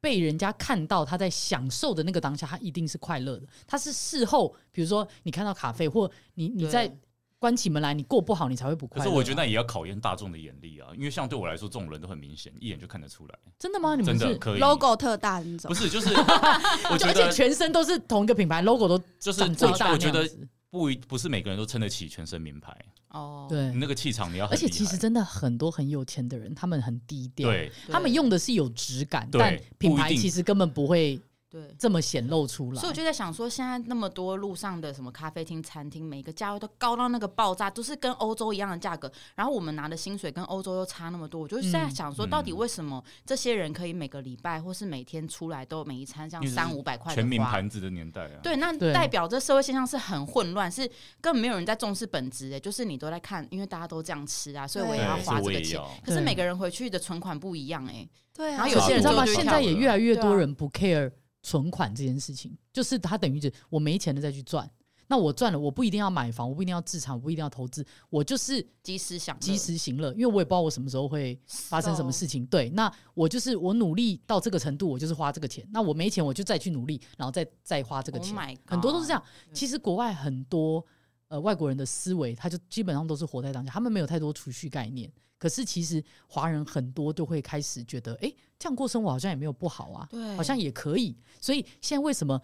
Speaker 4: 被人家看到他在享受的那个当下，他一定是快乐的。他是事后，比如说你看到咖啡，或你你
Speaker 2: 对
Speaker 4: 在关起门来，你过不好，你才会不快
Speaker 1: 可
Speaker 4: 乐啊。
Speaker 1: 是我觉得那也要考验大众的眼力啊，因为像对我来说，这种人都很明显，一眼就看得出来，
Speaker 4: 真的吗？你们
Speaker 1: 真
Speaker 4: 嗯是
Speaker 1: 的可以。
Speaker 3: logo 特大的那种
Speaker 1: 不，是，就是 我觉
Speaker 4: 就而且
Speaker 1: 得
Speaker 4: 全身都是同一个品牌 logo 都
Speaker 1: 就是
Speaker 4: 长
Speaker 1: 我
Speaker 4: 最大
Speaker 1: 我
Speaker 4: 那
Speaker 1: 觉
Speaker 4: 样
Speaker 1: 得
Speaker 4: 子，
Speaker 1: 不一不是每个人都撑得起全身名牌，
Speaker 2: 哦，
Speaker 1: 你
Speaker 4: 对。
Speaker 1: 那个气场你要很
Speaker 4: 而且
Speaker 1: 厉
Speaker 4: 其实
Speaker 1: 害
Speaker 4: 真的很多很有钱的人，他们很低调，
Speaker 1: 对
Speaker 4: 他们用的是有质感，
Speaker 1: 对
Speaker 4: 但品
Speaker 1: 不一
Speaker 4: 牌
Speaker 1: 定
Speaker 4: 其实根本不会
Speaker 2: 对。
Speaker 4: 这么显露出来。
Speaker 2: 所以我就在想说，现在那么多路上的什么咖啡厅、餐厅，每个价位都高到那个爆炸，都是跟欧洲一样的价格。然后我们拿的薪水跟欧洲又差那么多，我就是在想说，
Speaker 1: 嗯
Speaker 2: 到底为什么这些人可以每个礼拜或是每天出来都每一餐这样
Speaker 1: 因为这是
Speaker 2: 三五百块的
Speaker 1: 全民
Speaker 2: 花
Speaker 1: 盘子的年代啊，
Speaker 2: 对，那
Speaker 4: 对
Speaker 2: 代表这社会现象是很混乱，是根本没有人在重视本质的，欸就是你都在看，因为大家都这样吃啊，所以我
Speaker 1: 对，
Speaker 2: 也要
Speaker 1: 所以
Speaker 2: 花这
Speaker 1: 我
Speaker 2: 个
Speaker 1: 也
Speaker 2: 钱。
Speaker 1: 要。
Speaker 2: 可是
Speaker 4: 对
Speaker 2: 每个人回去的存款不一样哎、
Speaker 3: 对
Speaker 2: 然
Speaker 3: 啊，
Speaker 2: 后
Speaker 4: 可
Speaker 2: 有
Speaker 4: 是
Speaker 2: 些人
Speaker 4: 你知道吗？
Speaker 2: 就会
Speaker 4: 现
Speaker 2: 跳
Speaker 4: 在也
Speaker 1: 了
Speaker 4: 越来越多
Speaker 2: 对啊
Speaker 4: 人不 care 存款这件事情，就是他等于是我没钱了再去赚。那我赚了，我不一定要买房，我不一定要自产，我不一定要投资，我就是
Speaker 2: 及时享乐
Speaker 4: 及时行乐，因为我也不知道我什么时候会发生什么事
Speaker 2: 哦
Speaker 4: 情。对，那我就是我努力到这个程度，我就是花这个钱。那我没钱，我就再去努力，然后再再花这个
Speaker 2: Oh
Speaker 4: 钱。
Speaker 2: my
Speaker 4: 很多都是这样
Speaker 2: God。
Speaker 4: 其实国外很多呃外国人的思维，他就基本上都是活在当下，他们没有太多储蓄概念。可是其实华人很多都会开始觉得，哎、这样过生活好像也没有不好啊，
Speaker 2: 对
Speaker 4: 好像也可以。所以现在为什么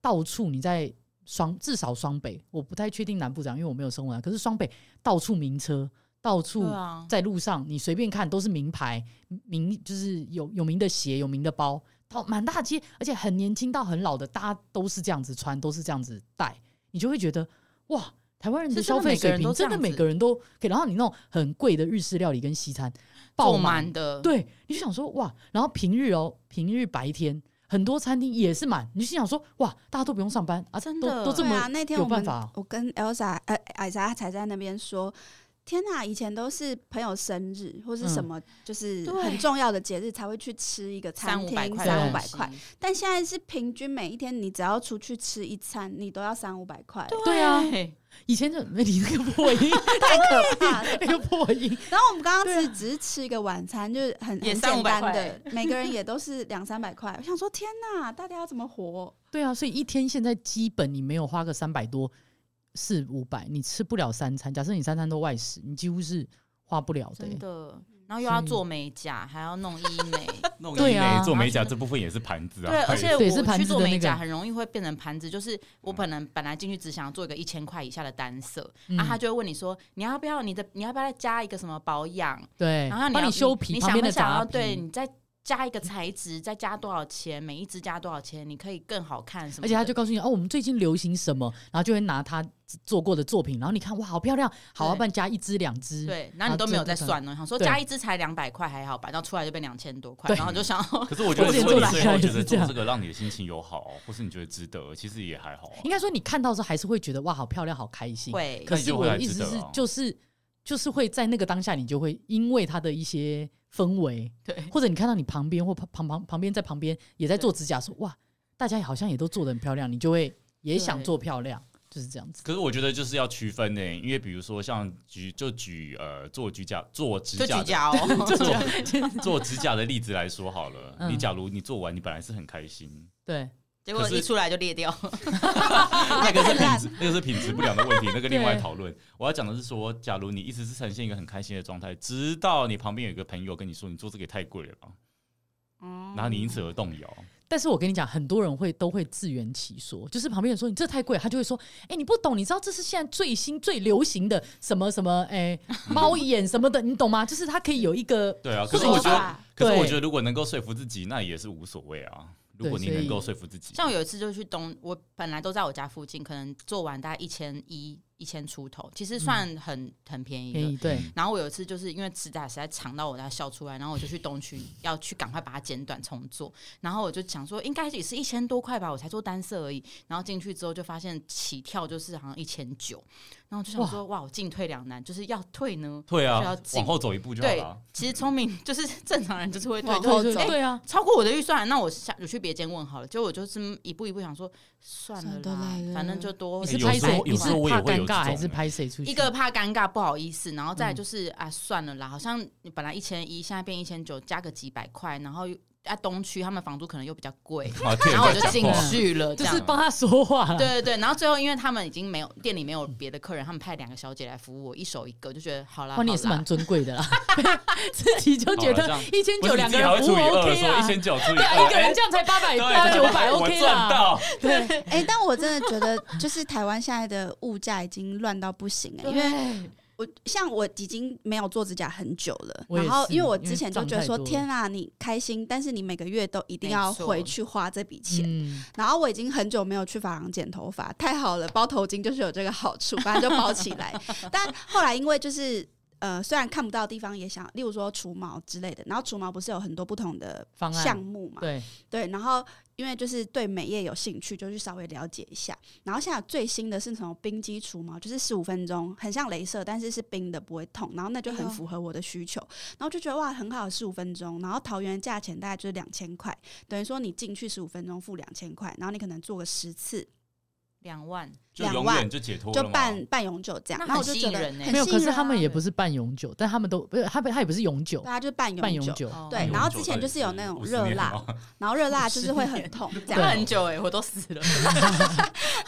Speaker 4: 到处你在双至少双北，我不太确定南部长，因为我没有生活啊。可是双北到处名车，到处
Speaker 2: 对啊，
Speaker 4: 在路上你随便看都是名牌，名就是有有名的鞋、有名的包，到满大街，而且很年轻到很老的，大家都是这样子穿，都是这样子戴，你就会觉得哇，台湾人的
Speaker 2: 是真
Speaker 4: 消
Speaker 2: 的
Speaker 4: 费水
Speaker 2: 每个人
Speaker 4: 平
Speaker 2: 都这
Speaker 4: 真
Speaker 2: 样
Speaker 4: 的
Speaker 2: 子
Speaker 4: 每个人都可以。然后你那种很贵的日式料理跟西餐爆
Speaker 2: 爆
Speaker 4: 满，
Speaker 2: 满的，
Speaker 4: 对，你就想说哇，然后平日哦，平日白天很多餐厅也是满，你就心想说哇，大家都不用上班啊，
Speaker 2: 真
Speaker 4: 都
Speaker 2: 的
Speaker 4: 都这
Speaker 3: 对
Speaker 4: 么、
Speaker 3: 啊，那天
Speaker 4: 有
Speaker 3: 我们
Speaker 4: 办法哦
Speaker 3: 我跟 Elsa 呃艾莎才在那边说。天呐、以前都是朋友生日或是什
Speaker 4: 嗯
Speaker 3: 么，就是
Speaker 2: 对
Speaker 3: 很重要的节日才会去吃一个餐
Speaker 2: 三
Speaker 3: 厅，
Speaker 2: 五百块，
Speaker 3: 三
Speaker 4: 的
Speaker 3: 五百
Speaker 4: 东
Speaker 3: 块。，但现在是平均每一天，你只要出去吃一餐，你都要三五百块，
Speaker 4: 对啊
Speaker 2: 对
Speaker 4: 以前就你那个破 音，
Speaker 3: 太可 怕了。
Speaker 4: 那个破音，
Speaker 3: 啊然后我们刚刚只只是吃一个晚餐，就是很很
Speaker 2: 也
Speaker 3: 简
Speaker 2: 三五
Speaker 3: 单
Speaker 2: 百块
Speaker 3: 的，每个人也都是两三百块。我想说，天呐，大家要怎么活？
Speaker 4: 对啊，所以一天现在基本你没有花个三百多、四五百，你吃不了三餐。假设你三餐都外食，你几乎是花不了的、
Speaker 2: 真
Speaker 4: 欸。
Speaker 2: 的。然后又要
Speaker 4: 所以
Speaker 2: 做美甲，还要弄医美，
Speaker 1: 弄
Speaker 4: 对
Speaker 1: 医
Speaker 4: 啊
Speaker 1: 美做美甲这部分也是盘子啊，
Speaker 2: 对，而且
Speaker 4: 对
Speaker 2: 我
Speaker 4: 是盘
Speaker 2: 去
Speaker 4: 子的
Speaker 2: 做
Speaker 4: 那
Speaker 2: 美
Speaker 4: 个
Speaker 2: 甲很容易会变成盘子，就是我本能本来进去只想做一个一千块以下的单色，
Speaker 4: 嗯
Speaker 2: 啊，他就会问你说你要不要你的你要不要再加一个什么保养，
Speaker 4: 对，
Speaker 2: 然后
Speaker 4: 哎
Speaker 2: 你
Speaker 4: 帮
Speaker 2: 要
Speaker 4: 你修皮
Speaker 2: 你
Speaker 4: 旁
Speaker 2: 想
Speaker 4: 边
Speaker 2: 不
Speaker 4: 的
Speaker 2: 想
Speaker 4: 杂
Speaker 2: 要
Speaker 4: 皮
Speaker 2: 对你再加一个材质，再加多少钱，每一支加多少钱，你可以更好看什么
Speaker 4: 而
Speaker 2: 的？
Speaker 4: 且他就告诉你哦，我们最近流行什么，然后就会拿他做过的作品，然后你看哇，好漂亮，好，要
Speaker 2: 对
Speaker 4: 不然加一只两只，
Speaker 2: 对，然后你都没有在算哦呢，想说
Speaker 4: 对
Speaker 2: 加一支才两百块还好吧，然后出来就变两千多块，
Speaker 4: 对
Speaker 2: 然后就想要
Speaker 1: 可是我觉得，
Speaker 4: 我之前
Speaker 1: 如果你最
Speaker 4: 做蓝牙
Speaker 1: 后
Speaker 4: 也
Speaker 1: 觉
Speaker 4: 是
Speaker 1: 得
Speaker 4: 这
Speaker 1: 做
Speaker 4: 样
Speaker 1: 这个让你的心情有好，或是你觉得值得，其实也还好啊
Speaker 4: 应。该说你看到的时候还是会觉得哇，好漂亮，好开心。
Speaker 2: 会
Speaker 1: 那
Speaker 4: 可
Speaker 1: 你
Speaker 4: 是
Speaker 1: 就
Speaker 4: 我
Speaker 1: 会
Speaker 4: 的
Speaker 1: 来
Speaker 4: 意
Speaker 1: 值
Speaker 4: 思
Speaker 1: 得
Speaker 4: 是
Speaker 1: 啊，
Speaker 4: 就是就是会在那个当下，你就会因为它的一些氛围，
Speaker 2: 对
Speaker 4: 或者你看到你旁边或旁旁旁旁边在旁边也在做指甲，说哇，大家好像也都做的很漂亮，你就会也想
Speaker 2: 对
Speaker 4: 做漂亮，就是这样子。
Speaker 1: 可是我觉得就是要区分呢、因为比如说像举就举呃做指甲做指
Speaker 2: 就
Speaker 1: 甲
Speaker 2: 举
Speaker 1: 的
Speaker 2: 家 哦，
Speaker 1: 做做指甲的例子来说好了，
Speaker 4: 嗯
Speaker 1: 你假如你做完，你本来是很开心，
Speaker 4: 对，
Speaker 2: 结果
Speaker 1: 可是
Speaker 2: 一出来就裂掉，
Speaker 1: 那个是品质，那个是品质不良的问题，那个另外
Speaker 4: 对
Speaker 1: 讨论。我要讲的是说，假如你一直是呈现一个很开心的状态，直到你旁边有一个朋友跟你说你做这个也太贵了吧，
Speaker 3: 哦
Speaker 1: 然后你因此而动摇。
Speaker 4: 但是我跟你讲，很多人会都会自圆其说，就是旁边人说你这太贵，他就会说，哎、你不懂，你知道这是现在最新最流行的什么什么，哎、猫眼什么的，你懂吗？就是他可以有一个
Speaker 1: 对啊，可
Speaker 3: 说
Speaker 1: 是我觉得，
Speaker 3: 法
Speaker 1: 可是我
Speaker 4: 对
Speaker 1: 觉得如果能够说服自己，那也是无所谓啊。如果
Speaker 4: 对
Speaker 1: 你
Speaker 4: 所以
Speaker 1: 能够说服自己，
Speaker 2: 像我有一次就去东，我本来都在我家附近，可能做完大概一千一、一千出头，其实算很、很便宜
Speaker 1: 嗯
Speaker 2: 的。
Speaker 4: 便宜，对，
Speaker 2: 然后我有一次就是因为指甲实在长到我要笑出来，然后我就去东区要去赶快把它剪短重做。然后我就想说，应该也是一千多块吧，我才做单色而已。然后进去之后就发现起跳就是好像一千九，然后我就想说，哇，我进退两难，就是要退呢。
Speaker 1: 对
Speaker 2: 就要
Speaker 1: 啊，
Speaker 2: 进
Speaker 1: 往后走一步就好
Speaker 2: 对
Speaker 1: 了啊。，
Speaker 2: 其实聪明就是正常人就是会退，
Speaker 3: 往
Speaker 2: 就
Speaker 3: 后
Speaker 2: 是
Speaker 4: 对
Speaker 3: 走
Speaker 2: 哎
Speaker 4: 对对啊，
Speaker 2: 超过我的预算，那我下我去别间问好了。结果我就是一步一步想说，算了
Speaker 3: 算了
Speaker 2: 啦
Speaker 3: 来了
Speaker 2: 反正就多
Speaker 1: 哎
Speaker 4: 你是
Speaker 1: 有
Speaker 4: 拍
Speaker 1: 时
Speaker 4: 谁
Speaker 1: 候？
Speaker 4: 你
Speaker 1: 有
Speaker 4: 是
Speaker 1: 时候我也
Speaker 4: 怕
Speaker 1: 会有
Speaker 4: 尴
Speaker 1: 这
Speaker 4: 尬还
Speaker 1: 种
Speaker 4: 是
Speaker 1: 欸
Speaker 4: 拍谁出去？
Speaker 2: 一个怕尴尬不好意思，然后再来就是、啊算了啦，好像你本来一千一，现在变一千九，加个几百块，然后又在东区他们房租可能又比较 贵，
Speaker 1: 啊，听人
Speaker 2: 然后我
Speaker 1: 家
Speaker 2: 就
Speaker 1: 讲
Speaker 2: 进
Speaker 1: 话
Speaker 2: 去了，
Speaker 4: 就
Speaker 2: 这样
Speaker 4: 是帮啊他说话啦。
Speaker 2: 对对对，然后最后因为他们已经没有店里没有别的客人，他们派两个小姐来服务我，一手一个，就觉得好啦，
Speaker 4: 哇，你也
Speaker 2: 好
Speaker 4: 是
Speaker 2: 啦
Speaker 4: 蛮尊贵的啦， 自己就
Speaker 1: 啊
Speaker 4: 觉
Speaker 1: 好啦这
Speaker 4: 得
Speaker 1: 样
Speaker 4: 一千
Speaker 1: 不
Speaker 4: 九
Speaker 1: 是
Speaker 4: 两
Speaker 1: 你自己
Speaker 4: 个人
Speaker 1: 还会除
Speaker 4: 服务
Speaker 1: 以二
Speaker 4: OK
Speaker 1: 说一
Speaker 4: 啊，
Speaker 1: 千九除以
Speaker 4: 对啊，
Speaker 1: 二，
Speaker 4: 一个人
Speaker 1: 哎
Speaker 4: 这样才八百
Speaker 1: 对
Speaker 4: 八九百
Speaker 1: 对我
Speaker 4: OK 啊
Speaker 1: 赚
Speaker 4: 啦。
Speaker 1: 到。
Speaker 4: 对
Speaker 3: 哎、但我真的觉得，就是台湾现在的物价已经乱到不行哎、因为
Speaker 4: 为
Speaker 3: 我像我已经没有做指甲很久了，
Speaker 4: 我也
Speaker 3: 然后
Speaker 4: 是
Speaker 3: 因为我
Speaker 4: 因为
Speaker 3: 之前就
Speaker 4: 赚
Speaker 3: 觉得
Speaker 4: 太
Speaker 3: 说，
Speaker 4: 多了
Speaker 3: 天啊，你开心，但是你每个月都一定
Speaker 2: 没
Speaker 3: 要
Speaker 2: 错
Speaker 3: 回去花这笔钱。
Speaker 4: 嗯，
Speaker 3: 然后我已经很久没有去发廊剪头发，太好了，包头巾就是有这个好处，反正就包起来。但后来因为就是呃，虽然看不到的地方也想，例如说除毛之类的，然后除毛不是有很多不同的
Speaker 4: 方案
Speaker 3: 项目嘛，
Speaker 4: 对，
Speaker 3: 对，然后因为就是对美业有兴趣，就去稍微了解一下。然后现在有最新的是什么冰肌除毛，就是十五分钟，很像镭射，但是是冰的，不会痛。然后那就
Speaker 2: 哎
Speaker 3: 很
Speaker 2: 呦
Speaker 3: 符合我的需求，然后就觉得哇，很好，十五分钟。然后桃园的价钱大概就是两千块，等于说你进去十五分钟付两千块，然后你可能做个十次。
Speaker 2: 两万，
Speaker 1: 就
Speaker 3: 两
Speaker 1: 永
Speaker 3: 万
Speaker 1: 远就解脱
Speaker 3: 就
Speaker 1: 了吗
Speaker 3: 半半永久这样。
Speaker 2: 那
Speaker 3: 然后我就
Speaker 2: 很吸
Speaker 3: 觉
Speaker 2: 引
Speaker 3: 得
Speaker 2: 人欸
Speaker 3: 很
Speaker 4: 没有，
Speaker 3: 吸
Speaker 4: 可
Speaker 3: 引
Speaker 4: 是
Speaker 3: 人
Speaker 4: 他们
Speaker 3: 啊
Speaker 4: 也不是半永久，但他们都不是，他们他也不是永久
Speaker 3: 对，啊，就是半
Speaker 4: 半
Speaker 3: 永
Speaker 4: 永
Speaker 3: 久。
Speaker 4: 久。
Speaker 2: 哦
Speaker 1: 哎
Speaker 3: 对
Speaker 1: 啊
Speaker 3: 然后之前就是有那种热辣
Speaker 1: 哦
Speaker 3: 然后热辣就是会很痛这
Speaker 2: 打
Speaker 4: 对
Speaker 3: 样。
Speaker 2: 很久哎、我都死了。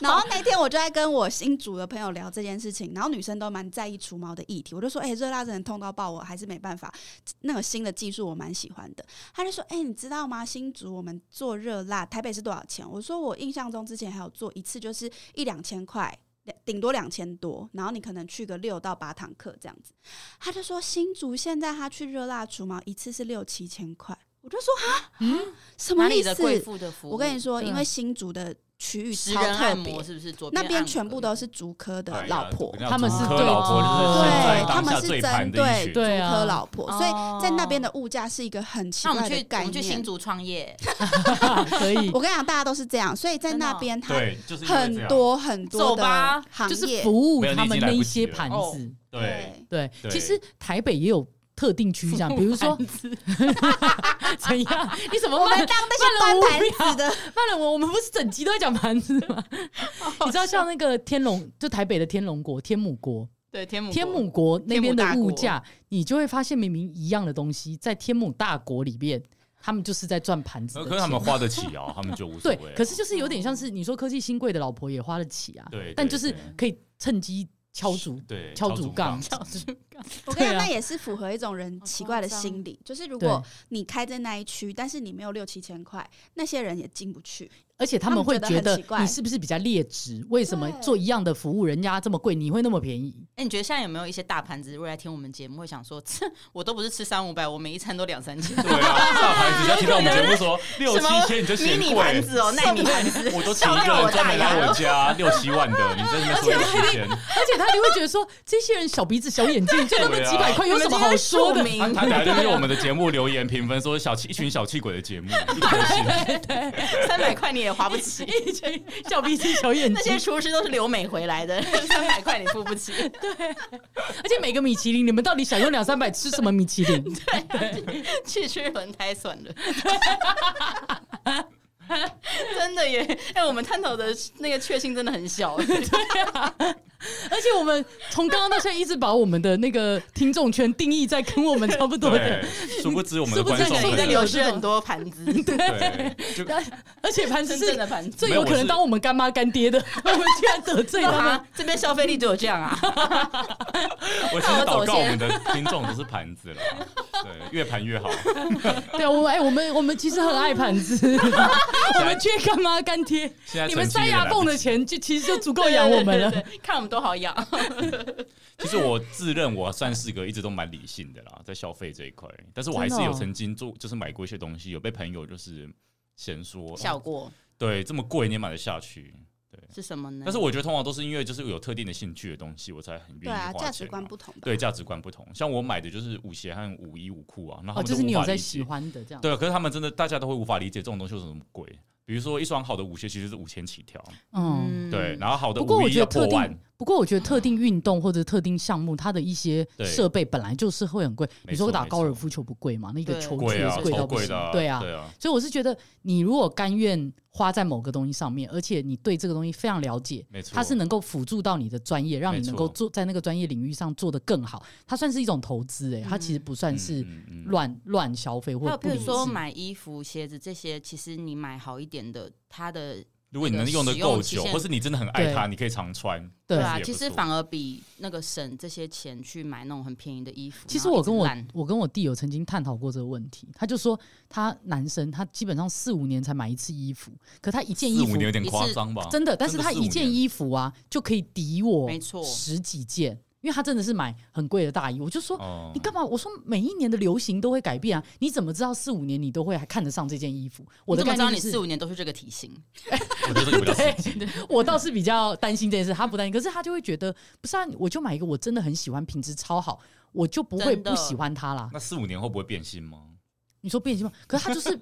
Speaker 3: 然后那天我就在跟我新组的朋友聊这件事情，然后女生都蛮在意除毛的议题，我就说，哎、热辣真的痛到爆，我还是没办法。那个新的技术我蛮喜欢的。他就说，哎、你知道吗？新竹我们做热辣，台北是多少钱？我说我印象中之前还有做一次，就是一两千块。两顶多两千多，然后你可能去个六到八堂课这样子，他就说新竹现在他去热辣除毛一次是六七千块，我就说啊，
Speaker 4: 嗯
Speaker 3: 什
Speaker 2: 哪
Speaker 3: 么
Speaker 2: 里
Speaker 3: 意
Speaker 2: 的
Speaker 3: 思？
Speaker 2: 贵妇的服务？
Speaker 3: 我跟你说，
Speaker 4: 对啊
Speaker 3: 因为新竹的区域
Speaker 2: 十
Speaker 3: 超
Speaker 2: 人
Speaker 3: 特
Speaker 2: 按
Speaker 3: 别
Speaker 2: 摩，是不是左
Speaker 3: 那边
Speaker 2: 边
Speaker 3: 全部都是竹科的老婆，
Speaker 4: 他们是
Speaker 1: 科
Speaker 4: 对
Speaker 1: 老婆，就是现在
Speaker 3: 对
Speaker 4: 哦
Speaker 3: 他
Speaker 1: 哎当
Speaker 3: 们
Speaker 1: 下
Speaker 3: 是
Speaker 1: 最
Speaker 3: 针
Speaker 1: 盘的一
Speaker 3: 对
Speaker 1: 群。
Speaker 3: 竹
Speaker 4: 对啊
Speaker 3: 科老婆，所以
Speaker 2: 哦
Speaker 3: 在那边的物价是一个很奇
Speaker 2: 那我
Speaker 3: 怪
Speaker 2: 们去
Speaker 3: 的
Speaker 2: 我
Speaker 3: 概
Speaker 2: 们去新
Speaker 3: 念。
Speaker 2: 竹 创业，
Speaker 4: 啊可 以，
Speaker 3: 我跟你讲，大家都是这样，所以在
Speaker 2: 真的
Speaker 3: 那
Speaker 2: 哦
Speaker 3: 边他
Speaker 1: 对，就是因为这
Speaker 3: 很
Speaker 1: 样
Speaker 3: 多很多
Speaker 2: 走吧
Speaker 3: 的行
Speaker 4: 就是
Speaker 3: 业，
Speaker 4: 服务
Speaker 1: 没有
Speaker 4: 他
Speaker 1: 你已
Speaker 4: 们
Speaker 1: 经
Speaker 4: 那
Speaker 1: 来
Speaker 4: 一
Speaker 1: 不及
Speaker 4: 些
Speaker 1: 了
Speaker 4: 盘
Speaker 2: 哦
Speaker 4: 子。
Speaker 1: 对，
Speaker 4: 对，
Speaker 1: 对
Speaker 4: 其实台北也有特定区这样，比如 说 怎样？你怎么
Speaker 3: 我们
Speaker 4: 慢
Speaker 3: 当那些
Speaker 4: 慢了五秒
Speaker 3: 端盘子的，
Speaker 4: 慢了？我我们不是整集都在讲盘子吗？你知道像那个天龙，就台北的天龙国、天母国、
Speaker 2: 对天母
Speaker 4: 天母国那边的
Speaker 2: 天母大
Speaker 4: 物
Speaker 2: 国
Speaker 4: 价，你就会发现明明一样的东西，在天母大国里面，他们就是在赚盘子的
Speaker 1: 可
Speaker 4: 钱。
Speaker 1: 可是他们花得起哦，他们就无所
Speaker 4: 对
Speaker 1: 谓啊。，
Speaker 4: 可是就是有点像是你说科技新贵的老婆也花得起啊，
Speaker 1: 对，
Speaker 4: 但
Speaker 1: 对
Speaker 4: 就是
Speaker 1: 对
Speaker 4: 可以趁机敲竹
Speaker 1: 对
Speaker 4: 敲竹杠，
Speaker 3: 我 跟你
Speaker 4: 对
Speaker 3: 讲，
Speaker 4: 啊
Speaker 3: 那也是符合一种人
Speaker 2: 好
Speaker 3: 奇
Speaker 2: 夸
Speaker 3: 怪的
Speaker 2: 张
Speaker 3: 心理，就是如
Speaker 4: 对
Speaker 3: 果你开在那一区，但是你没有六七千块，那些人也进不去。
Speaker 4: 而且他们会觉
Speaker 3: 他们觉得
Speaker 4: 得
Speaker 3: 很奇怪
Speaker 4: 你是不是比较劣质？为什么
Speaker 3: 对
Speaker 4: 做一样的服务人家这么贵，你会那么便宜？
Speaker 2: 哎、你觉得现在有没有一些大盘子，如果来听我们节目，会想说，这我都不是吃三五百，我每一餐都两三千，
Speaker 1: 对啊，大盘子，他听到我们节目 说六七千你就
Speaker 2: 迷
Speaker 1: 嫌
Speaker 2: 你盘
Speaker 1: 贵，
Speaker 2: 子哦，纳米盘子，
Speaker 1: 我都请
Speaker 2: 笑
Speaker 1: 一个
Speaker 2: 掉我
Speaker 1: 人专
Speaker 2: 大
Speaker 1: 门
Speaker 2: 牙
Speaker 1: 来我
Speaker 2: 了。
Speaker 1: 家六七万的，你在那边说六七千，
Speaker 4: 而且他就会觉得说，这些人小鼻子小眼睛，就那么几百块，有什么好说的？
Speaker 2: 你
Speaker 1: 他
Speaker 2: 们今天是庶民
Speaker 1: 他来
Speaker 4: 啊
Speaker 1: 就是我们的节目留言评分说小气一群小气鬼的节目，一颗星。
Speaker 2: 三百块你也花不 起。
Speaker 4: 一群小鼻子小眼
Speaker 2: 那些
Speaker 4: 睛，
Speaker 2: 厨师都是留美回来的， 三百块你付不起，
Speaker 4: 而且每个米其林，你们到底想用两三百吃什么米其 林？
Speaker 2: 去吃轮胎算了。真的耶！哎、我们探讨的那个确信真的很小，
Speaker 4: 啊而且我们从刚刚到现在一直把我们的那个听众圈定义在跟我们差不多的
Speaker 1: 对，，殊不知我们的观
Speaker 4: 殊不
Speaker 1: 众
Speaker 4: 知你
Speaker 2: 一个
Speaker 4: 在
Speaker 1: 很
Speaker 2: 流失很多盘子，
Speaker 1: 对，就
Speaker 4: 而且盘子
Speaker 2: 真正
Speaker 4: 是
Speaker 2: 的盘子。
Speaker 4: 最有可能当我们干妈干爹的，我们居然得罪他们。
Speaker 2: 啊，这边消费力只有这样啊！
Speaker 1: 我其实祷告我们的听众都是盘子了， 对，越盘越好。
Speaker 4: 对，我们哎、我们我们其实很爱盘 子，我们缺干妈干爹，
Speaker 1: 现在
Speaker 4: 你们
Speaker 1: 成
Speaker 4: 塞
Speaker 1: 绩也
Speaker 4: 牙
Speaker 1: 来不
Speaker 4: 缝
Speaker 1: 及
Speaker 4: 的钱就其实就足够养我们了。
Speaker 2: 对对对对看我们多好养。
Speaker 1: 其实我自认我算是个一直都蛮理性的啦，在消费这一块，但是我还是
Speaker 4: 真的哦
Speaker 1: 有曾经做，就是买过一些东西，有被朋友就是嫌说，
Speaker 2: 效
Speaker 1: 哦
Speaker 2: 果
Speaker 1: 对这么贵你也买得下去。
Speaker 4: 嗯
Speaker 2: 是什么呢？
Speaker 1: 但是我觉得通常都是因为就是有特定的兴趣的东西，我才很愿意
Speaker 3: 对啊
Speaker 1: 花，钱
Speaker 3: 价
Speaker 1: 啊。
Speaker 3: 值观不同吧。
Speaker 1: 对价值观不同，像我买的就是舞鞋和舞衣舞裤啊，然后他
Speaker 4: 哦，
Speaker 1: 们
Speaker 4: 就是
Speaker 1: 无
Speaker 4: 你有
Speaker 1: 法
Speaker 4: 在
Speaker 1: 理解
Speaker 4: 喜欢的这样。
Speaker 1: 对，可是他们真的大家都会无法理解这种东西有什么贵。比如说一双好的舞鞋其实是五千起跳，
Speaker 4: 嗯。
Speaker 1: 对，然后好的
Speaker 4: 不过
Speaker 1: 舞
Speaker 4: 我
Speaker 1: 衣
Speaker 4: 觉
Speaker 1: 要
Speaker 4: 得
Speaker 1: 破
Speaker 4: 特
Speaker 1: 万
Speaker 4: 定，，不过我觉得特定运动或者特定项目，它的一些
Speaker 1: 对
Speaker 4: 设备本来就是会很贵。你
Speaker 1: 没
Speaker 4: 说
Speaker 1: 错
Speaker 4: 打
Speaker 1: 没
Speaker 4: 高尔
Speaker 1: 错
Speaker 4: 夫球不贵嘛？那个
Speaker 2: 对
Speaker 4: 球
Speaker 1: 贵
Speaker 4: 具
Speaker 1: 啊，
Speaker 4: 是贵
Speaker 1: 超
Speaker 4: 到不
Speaker 1: 贵
Speaker 4: 行
Speaker 1: 的啊，。
Speaker 4: 对啊，
Speaker 1: 对啊，
Speaker 4: 所以我是觉得，你如果甘愿花在某个东西上面，而且你对这个东西非常了解，
Speaker 1: 没错，
Speaker 4: 它是能够辅助到你的专业，让你能够
Speaker 1: 没错
Speaker 4: 做在那个专业领域上做得更好。它算是一种投资，哎，它其实不算
Speaker 1: 嗯
Speaker 4: 是
Speaker 1: 嗯嗯
Speaker 4: 乱乱消费或
Speaker 2: 还有
Speaker 4: 者
Speaker 2: 比
Speaker 4: 不理
Speaker 2: 如
Speaker 4: 智。
Speaker 2: 说买衣服、鞋子这些，其实你买好一点的，它的
Speaker 1: 如果你
Speaker 2: 那个
Speaker 1: 能用的
Speaker 2: 使用
Speaker 1: 够
Speaker 2: 期
Speaker 1: 久，
Speaker 2: 限
Speaker 1: 或是你真的很爱它，
Speaker 4: 对
Speaker 1: 你可以常穿。
Speaker 4: 对
Speaker 2: 啊，
Speaker 1: 也不
Speaker 2: 其实
Speaker 1: 错
Speaker 2: 反而比那个省这些钱去买那种很便宜的衣服。
Speaker 4: 其实
Speaker 2: 然
Speaker 4: 我
Speaker 2: 后一直
Speaker 4: 跟我
Speaker 2: 烂
Speaker 4: 我跟我弟有曾经探讨过这个问题，他就说他男生他基本上四五年才买一次衣服，可他一
Speaker 1: 四
Speaker 4: 件衣
Speaker 1: 五
Speaker 4: 服
Speaker 1: 年有点
Speaker 2: 一
Speaker 1: 夸
Speaker 2: 次
Speaker 1: 张吧？
Speaker 4: 真的，但是
Speaker 1: 真的
Speaker 4: 他
Speaker 1: 四五
Speaker 4: 一件
Speaker 1: 年
Speaker 4: 衣服啊就可以抵我
Speaker 2: 没错
Speaker 4: 十几件，因为他真的是买很贵的大衣，我就说
Speaker 1: 哦
Speaker 4: 你干嘛？我说每一年的流行都会改变啊，你怎么知道四五年你都会还看得上这件衣服？我的
Speaker 2: 你怎么
Speaker 4: 概
Speaker 2: 知道
Speaker 4: 念
Speaker 2: 你
Speaker 4: 是
Speaker 2: 四，五年都是这个体型？
Speaker 1: 我觉得这个 比较实际。
Speaker 4: 我倒是比较担心这件事，他不担心，可是他就会觉得不是啊，我就买一个我真的很喜欢，品质超好，我就不会
Speaker 2: 真的
Speaker 4: 不喜欢它啦。
Speaker 1: 那四五年会不会变心吗？
Speaker 4: 你说变心吗？可是他就是，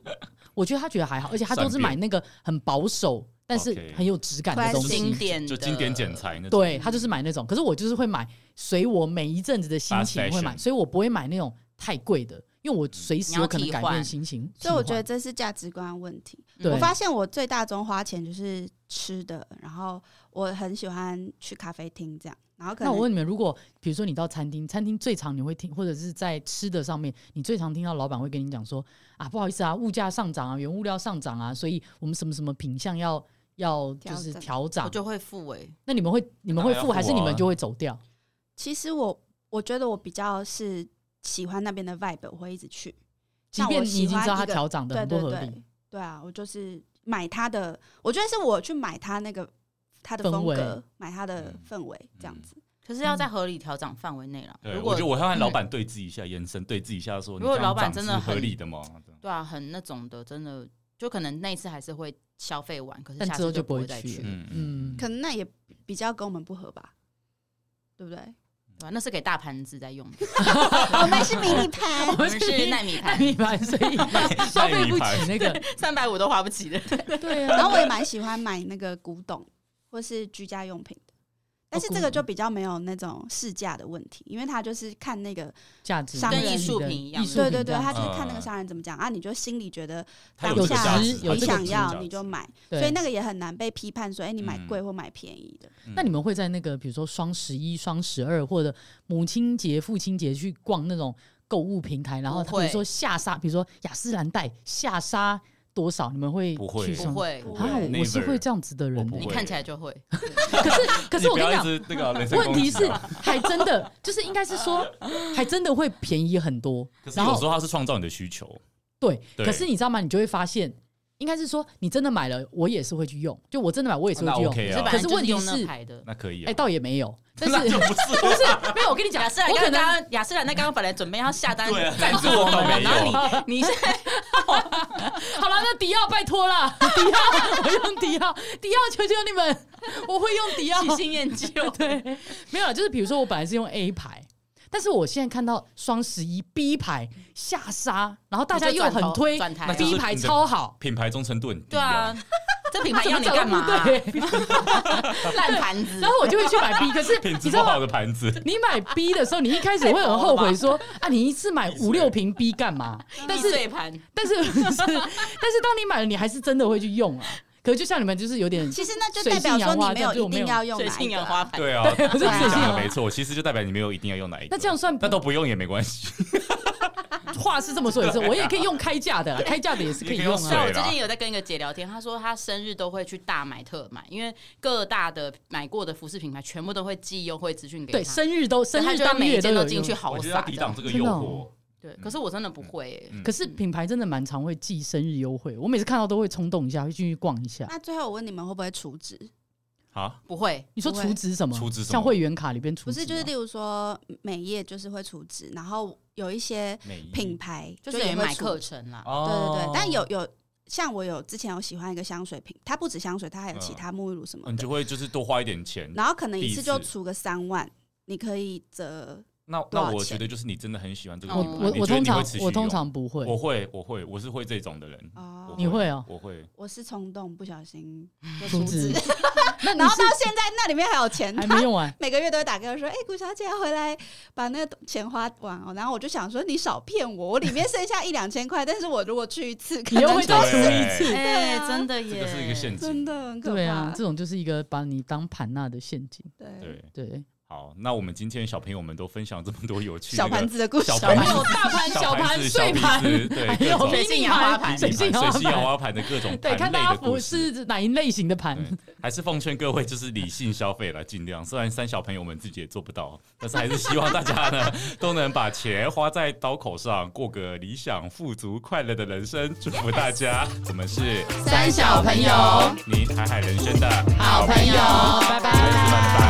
Speaker 4: 我觉得他觉得还好，而且他都是
Speaker 1: 善变
Speaker 4: 买那个很保守，但是
Speaker 1: OK
Speaker 4: 很有质感的
Speaker 3: 宽
Speaker 4: 东
Speaker 1: 心
Speaker 2: 经
Speaker 4: 西。
Speaker 2: 典
Speaker 1: 就
Speaker 2: 的
Speaker 1: 经典剪裁那种。
Speaker 4: 对他就是买那种，可是我就是会买，随我每一阵子的心情
Speaker 1: Fast fashion
Speaker 4: 会买，所以我不会买那种太贵的，因为我随时有可能改
Speaker 2: 你要替换
Speaker 4: 变心情。
Speaker 3: 所以我觉得
Speaker 4: 替
Speaker 3: 这是价值观问题。
Speaker 4: 对
Speaker 3: 我发现我最大宗花钱就是吃的，然后我很喜欢去咖啡厅这样，然后可
Speaker 4: 换，那我
Speaker 3: 能
Speaker 4: 问你们，如果比如说你到餐厅，餐厅最常你会听，或者是在吃的上面，你最常听到老板会跟你讲说啊，不好意思啊，物价上涨啊，原物料上涨啊，所以我们什么什么品相要要就
Speaker 3: 调
Speaker 4: 是
Speaker 3: 整
Speaker 4: 调涨
Speaker 2: 我。就会付诶、
Speaker 4: 那你们会你们会
Speaker 1: 当然要
Speaker 4: 付，还是你
Speaker 1: 付
Speaker 4: 们
Speaker 1: 啊
Speaker 4: 就会走掉？
Speaker 3: 其实我我觉得我比较是喜欢那边的 vibe，我会一直去。
Speaker 4: 即
Speaker 3: 像
Speaker 4: 便
Speaker 3: 我
Speaker 4: 你
Speaker 3: 喜
Speaker 4: 已经
Speaker 3: 欢
Speaker 4: 知道
Speaker 3: 一
Speaker 4: 它
Speaker 3: 个
Speaker 4: 调涨的
Speaker 3: 对
Speaker 4: 很不
Speaker 3: 对
Speaker 4: 合
Speaker 3: 对
Speaker 4: 理，，
Speaker 3: 对啊，我就是买它的，我觉得是我去买它那个它的
Speaker 4: 氛
Speaker 3: 风
Speaker 4: 围
Speaker 3: 格，买它的
Speaker 1: 嗯
Speaker 3: 氛围这样
Speaker 1: 嗯
Speaker 3: 子。
Speaker 2: 可是要在合理调整范围内了。
Speaker 1: 对，
Speaker 2: 如
Speaker 1: 我
Speaker 2: 果
Speaker 1: 觉得我要让老板对峙一下，延伸对峙一下，说你
Speaker 2: 如果
Speaker 1: 这样
Speaker 2: 老板
Speaker 1: 涨
Speaker 2: 真
Speaker 1: 是
Speaker 2: 的
Speaker 1: 合
Speaker 2: 很
Speaker 1: 理的嘛，对
Speaker 2: 对啊，很那种的，真的就可能那一次还是会消费完，可是
Speaker 4: 但
Speaker 2: 下
Speaker 4: 之后
Speaker 2: 次
Speaker 4: 就不
Speaker 2: 不
Speaker 4: 会
Speaker 2: 会再
Speaker 4: 去
Speaker 2: 去，
Speaker 4: 了
Speaker 1: 嗯
Speaker 2: 对
Speaker 4: 嗯
Speaker 1: 嗯，
Speaker 3: 可能那也比较跟我们不合吧，对不对？
Speaker 2: 吧、啊那是给大盘子在用 的，
Speaker 3: 我们是迷你盘
Speaker 4: 我
Speaker 2: 我
Speaker 4: 们
Speaker 2: 们是纳 米盘，
Speaker 4: 米盘，所 以消费不起 那个。
Speaker 2: 三百五都花不 起的。
Speaker 4: 对
Speaker 3: 啊
Speaker 4: 啊
Speaker 3: 然后我也蛮喜欢买那个古董或是居家用品的，但是这个就比较没有那种市价的问题，因为它就是看那个，
Speaker 4: 价值
Speaker 3: 跟
Speaker 4: 跟
Speaker 3: 艺
Speaker 2: 术品一样
Speaker 4: 艺术
Speaker 3: 对
Speaker 4: 品
Speaker 3: 对对，
Speaker 4: 这样
Speaker 3: 它
Speaker 4: 子
Speaker 3: 就是看那个
Speaker 1: 嗯
Speaker 3: 商人怎么讲啊，你就心里觉得
Speaker 1: 他有
Speaker 3: 当
Speaker 1: 这个
Speaker 3: 下
Speaker 1: 价值，
Speaker 4: 有
Speaker 3: 你
Speaker 4: 这个
Speaker 3: 想
Speaker 4: 值
Speaker 3: 要你就买，
Speaker 4: 对
Speaker 3: 所以那个也很难被批判说，哎，你买
Speaker 1: 嗯
Speaker 3: 贵或买便宜的。
Speaker 4: 那你们会在那个比如说双十一、双十二或者母亲节、父亲节去逛那种购物平台，然后
Speaker 2: 不
Speaker 4: 他比
Speaker 2: 会
Speaker 4: 如说下杀，比如说雅诗兰黛下杀多少，你们会
Speaker 1: 不会
Speaker 4: 去
Speaker 2: 不
Speaker 4: 上？
Speaker 2: 会，
Speaker 1: 不
Speaker 4: 啊，
Speaker 1: 会
Speaker 4: 我我是
Speaker 1: Never
Speaker 4: 会这样子的人
Speaker 1: 我
Speaker 4: 欸、
Speaker 1: 不
Speaker 2: 你
Speaker 1: 会
Speaker 2: 看起来就会。
Speaker 4: 可是可
Speaker 1: 你
Speaker 4: 是我
Speaker 1: 不
Speaker 4: 跟
Speaker 1: 要一
Speaker 4: 你讲，
Speaker 1: 直那 个人身
Speaker 4: 问
Speaker 1: 攻
Speaker 4: 题
Speaker 1: 击
Speaker 4: 是
Speaker 1: 啊，
Speaker 4: 还真的就是应该是说，还真的会便宜很多。
Speaker 1: 可是
Speaker 4: 然后
Speaker 1: 有时候他是创造你的需求，
Speaker 4: 对，
Speaker 1: 对
Speaker 4: 可是你知道吗？你就会发现，应该是说你真的买了，我也是会去用。就我真的买，我也是
Speaker 1: 那
Speaker 4: 会去用。
Speaker 1: OK
Speaker 2: 是
Speaker 1: 啊
Speaker 2: 本
Speaker 4: 可
Speaker 2: 来
Speaker 4: 是
Speaker 2: 就
Speaker 4: 问题
Speaker 2: 用那
Speaker 4: 是
Speaker 2: 牌的。
Speaker 1: 那可以
Speaker 4: 哎、
Speaker 1: 啊，
Speaker 4: 倒也 没有，但是
Speaker 1: 那就不是
Speaker 4: 不是没有？我跟 你讲，
Speaker 2: 雅诗兰
Speaker 4: 我可
Speaker 2: 黛刚
Speaker 4: 能
Speaker 2: 刚雅诗兰黛刚刚本来准备要下单
Speaker 1: 对啊
Speaker 2: 赞助
Speaker 1: 但是
Speaker 2: 我
Speaker 1: 我
Speaker 2: 们
Speaker 1: 倒
Speaker 2: 了，
Speaker 1: 没
Speaker 2: 然后你你现在
Speaker 4: 好了，那迪奥拜托啦， 迪奥，我用迪奥，迪奥求求你们， 我会用迪奥。
Speaker 2: 喜新厌旧，
Speaker 4: 对，没有啦，就是比如说我本来是用 A 牌，但是我现在看到双十一 B 牌下杀，然 后大家又很推
Speaker 2: 转台
Speaker 1: 那
Speaker 2: 啊，
Speaker 1: 就是
Speaker 4: B 牌超好，
Speaker 1: 品牌忠诚度很低
Speaker 2: 对啊，，这品牌要你
Speaker 4: 怎么
Speaker 2: 干嘛
Speaker 4: 讲都
Speaker 2: 啊
Speaker 4: 不？对，
Speaker 2: 烂盘 子
Speaker 4: 然，后我就会去买 B，可是
Speaker 1: 品
Speaker 4: 你
Speaker 1: 质
Speaker 4: 知
Speaker 1: 不
Speaker 4: 道吗
Speaker 1: 好的盘子，
Speaker 4: 啊你买 B 的时候，你一开始会很后悔说啊，你一次买五六瓶 B 干嘛？但是
Speaker 2: 易碎盘，
Speaker 4: 但是 是，但是当你买了，你还是真的会去用啊。可是就像你们就是有点，
Speaker 3: 其实那就代表说你没有一定要用
Speaker 2: 水
Speaker 3: 哪一
Speaker 2: 性
Speaker 3: 个
Speaker 2: 杨
Speaker 3: 啊、
Speaker 2: 花盘，
Speaker 1: 对啊，
Speaker 4: 我就
Speaker 1: 你
Speaker 4: 水性
Speaker 1: 讲
Speaker 4: 杨
Speaker 1: 的
Speaker 4: 花
Speaker 1: 没错，其实就代表你没有一定要用哪一个，
Speaker 4: 那这样算
Speaker 1: 那都不用也没关系，
Speaker 4: 话是这么说，也是我也可以用开价的啦，啊开价的也是可以用
Speaker 1: 也啊可以
Speaker 2: 像
Speaker 1: 用
Speaker 4: 啊。
Speaker 2: 我
Speaker 1: 对
Speaker 2: 最
Speaker 1: 啦
Speaker 2: 近有在跟一个姐聊天，她说她生日都会去大买特买，因为各大的买过的服饰品牌全部都会寄优惠资讯给她。
Speaker 4: 对，生日都生
Speaker 2: 所以她
Speaker 4: 日
Speaker 2: 就要
Speaker 4: 当
Speaker 2: 每一
Speaker 4: 月
Speaker 2: 件
Speaker 4: 有
Speaker 2: 都进去
Speaker 4: 用。
Speaker 1: 我
Speaker 2: 好
Speaker 1: 觉得要
Speaker 2: 傻
Speaker 1: 抵挡这个
Speaker 4: 真
Speaker 1: 诱
Speaker 4: 的
Speaker 1: 惑
Speaker 4: 哦。
Speaker 2: 对，可是我真的不会欸、
Speaker 1: 嗯
Speaker 4: 可是品牌真的蛮常会寄生日优惠，我每次看到都会冲动一下，会进去逛一下。
Speaker 3: 那最后我问你们会不会储值？
Speaker 1: 啊，
Speaker 2: 不会。
Speaker 4: 你说
Speaker 3: 不会
Speaker 4: 储值什么？
Speaker 1: 储值什么
Speaker 4: 像会员卡里边储值啊
Speaker 3: 不
Speaker 4: 吗，
Speaker 3: 是，就是例如说美业就是会储值，然后有一些
Speaker 1: 美意
Speaker 3: 品牌
Speaker 1: 嗯
Speaker 2: 就是
Speaker 3: 也
Speaker 2: 也
Speaker 3: 会
Speaker 2: 买
Speaker 3: 储
Speaker 2: 课程啦，
Speaker 1: 哦
Speaker 3: 对对对，但有有像我有之前有喜欢一个香水品，它不止香水，它还有
Speaker 4: 嗯
Speaker 3: 其他沐浴露什么
Speaker 4: 哦
Speaker 1: 你
Speaker 3: 的，
Speaker 1: 就会就是多花一点钱。
Speaker 3: 然后可能一
Speaker 1: 第一
Speaker 3: 次就
Speaker 1: 次
Speaker 3: 出个三万，你可以折。
Speaker 1: 那
Speaker 3: 多少
Speaker 1: 那我
Speaker 3: 钱
Speaker 1: 觉得就是你真的很喜欢这个
Speaker 4: 我
Speaker 1: 品
Speaker 2: 哦
Speaker 1: 牌，
Speaker 4: 我
Speaker 1: 啊你
Speaker 4: 我
Speaker 1: 觉得
Speaker 4: 通
Speaker 1: 你会
Speaker 4: 常
Speaker 1: 持续
Speaker 4: 我通
Speaker 1: 用哦
Speaker 4: 常不会，
Speaker 1: 我会我会我是会这种的人，
Speaker 3: 哦
Speaker 1: 我
Speaker 4: 你会哦
Speaker 1: 我会
Speaker 3: 我是冲动，不小心就
Speaker 4: 储
Speaker 3: 出
Speaker 4: 值
Speaker 3: 资，。
Speaker 4: 那你
Speaker 3: 然后
Speaker 4: 是
Speaker 3: 到现在那里面还有钱，
Speaker 4: 还
Speaker 3: 他
Speaker 4: 没用完？
Speaker 3: 每个月都会打给我说：“哎、顾小姐要回来把那个钱花完哦。”然后我就想说：“你少骗我，我里面剩下一两千块，但是我如果去一次，可
Speaker 4: 你又
Speaker 3: 能
Speaker 4: 会
Speaker 3: 就
Speaker 4: 再
Speaker 1: 对
Speaker 4: 出一次。
Speaker 2: 哎、
Speaker 3: 啊
Speaker 2: 真的
Speaker 1: 这
Speaker 2: 耶，
Speaker 1: 个是一个陷
Speaker 3: 真
Speaker 1: 阱。
Speaker 3: 的很可怕。
Speaker 4: 对啊，这种就是一个把你当盘纳的陷阱。
Speaker 3: 对
Speaker 1: 对，
Speaker 4: 对，
Speaker 1: 好，那我们今天小朋友们都分享这么多有趣
Speaker 3: 小
Speaker 1: 那个
Speaker 3: 盘子的故事
Speaker 1: 小，
Speaker 4: 小
Speaker 1: 盘
Speaker 4: 盘
Speaker 1: 子
Speaker 4: 有大盘、小盘、
Speaker 1: 子
Speaker 4: 碎盘，
Speaker 1: 小鼻子对，各种
Speaker 2: 水性杨花盘
Speaker 4: 水
Speaker 1: 水
Speaker 4: 性
Speaker 1: 性
Speaker 4: 杨花
Speaker 1: 杨
Speaker 4: 盘。
Speaker 1: 花盘的各种
Speaker 4: 对，看
Speaker 1: 盘
Speaker 4: 大
Speaker 1: 类
Speaker 4: 家
Speaker 1: 的故
Speaker 4: 不
Speaker 1: 事。
Speaker 4: 是哪一类型的盘。
Speaker 1: 对还是奉劝各位，就是理性消费了，尽量。虽然三小朋友们自己也做不到，但是还是希望大家呢都能把钱花在刀口上，过个理想、富足、快乐的人生。祝福大家，我们是
Speaker 2: 三小朋友
Speaker 1: 你台海人生的
Speaker 2: 好朋
Speaker 1: 朋
Speaker 2: 友
Speaker 1: 友
Speaker 2: 拜拜
Speaker 1: 孩子们拜拜。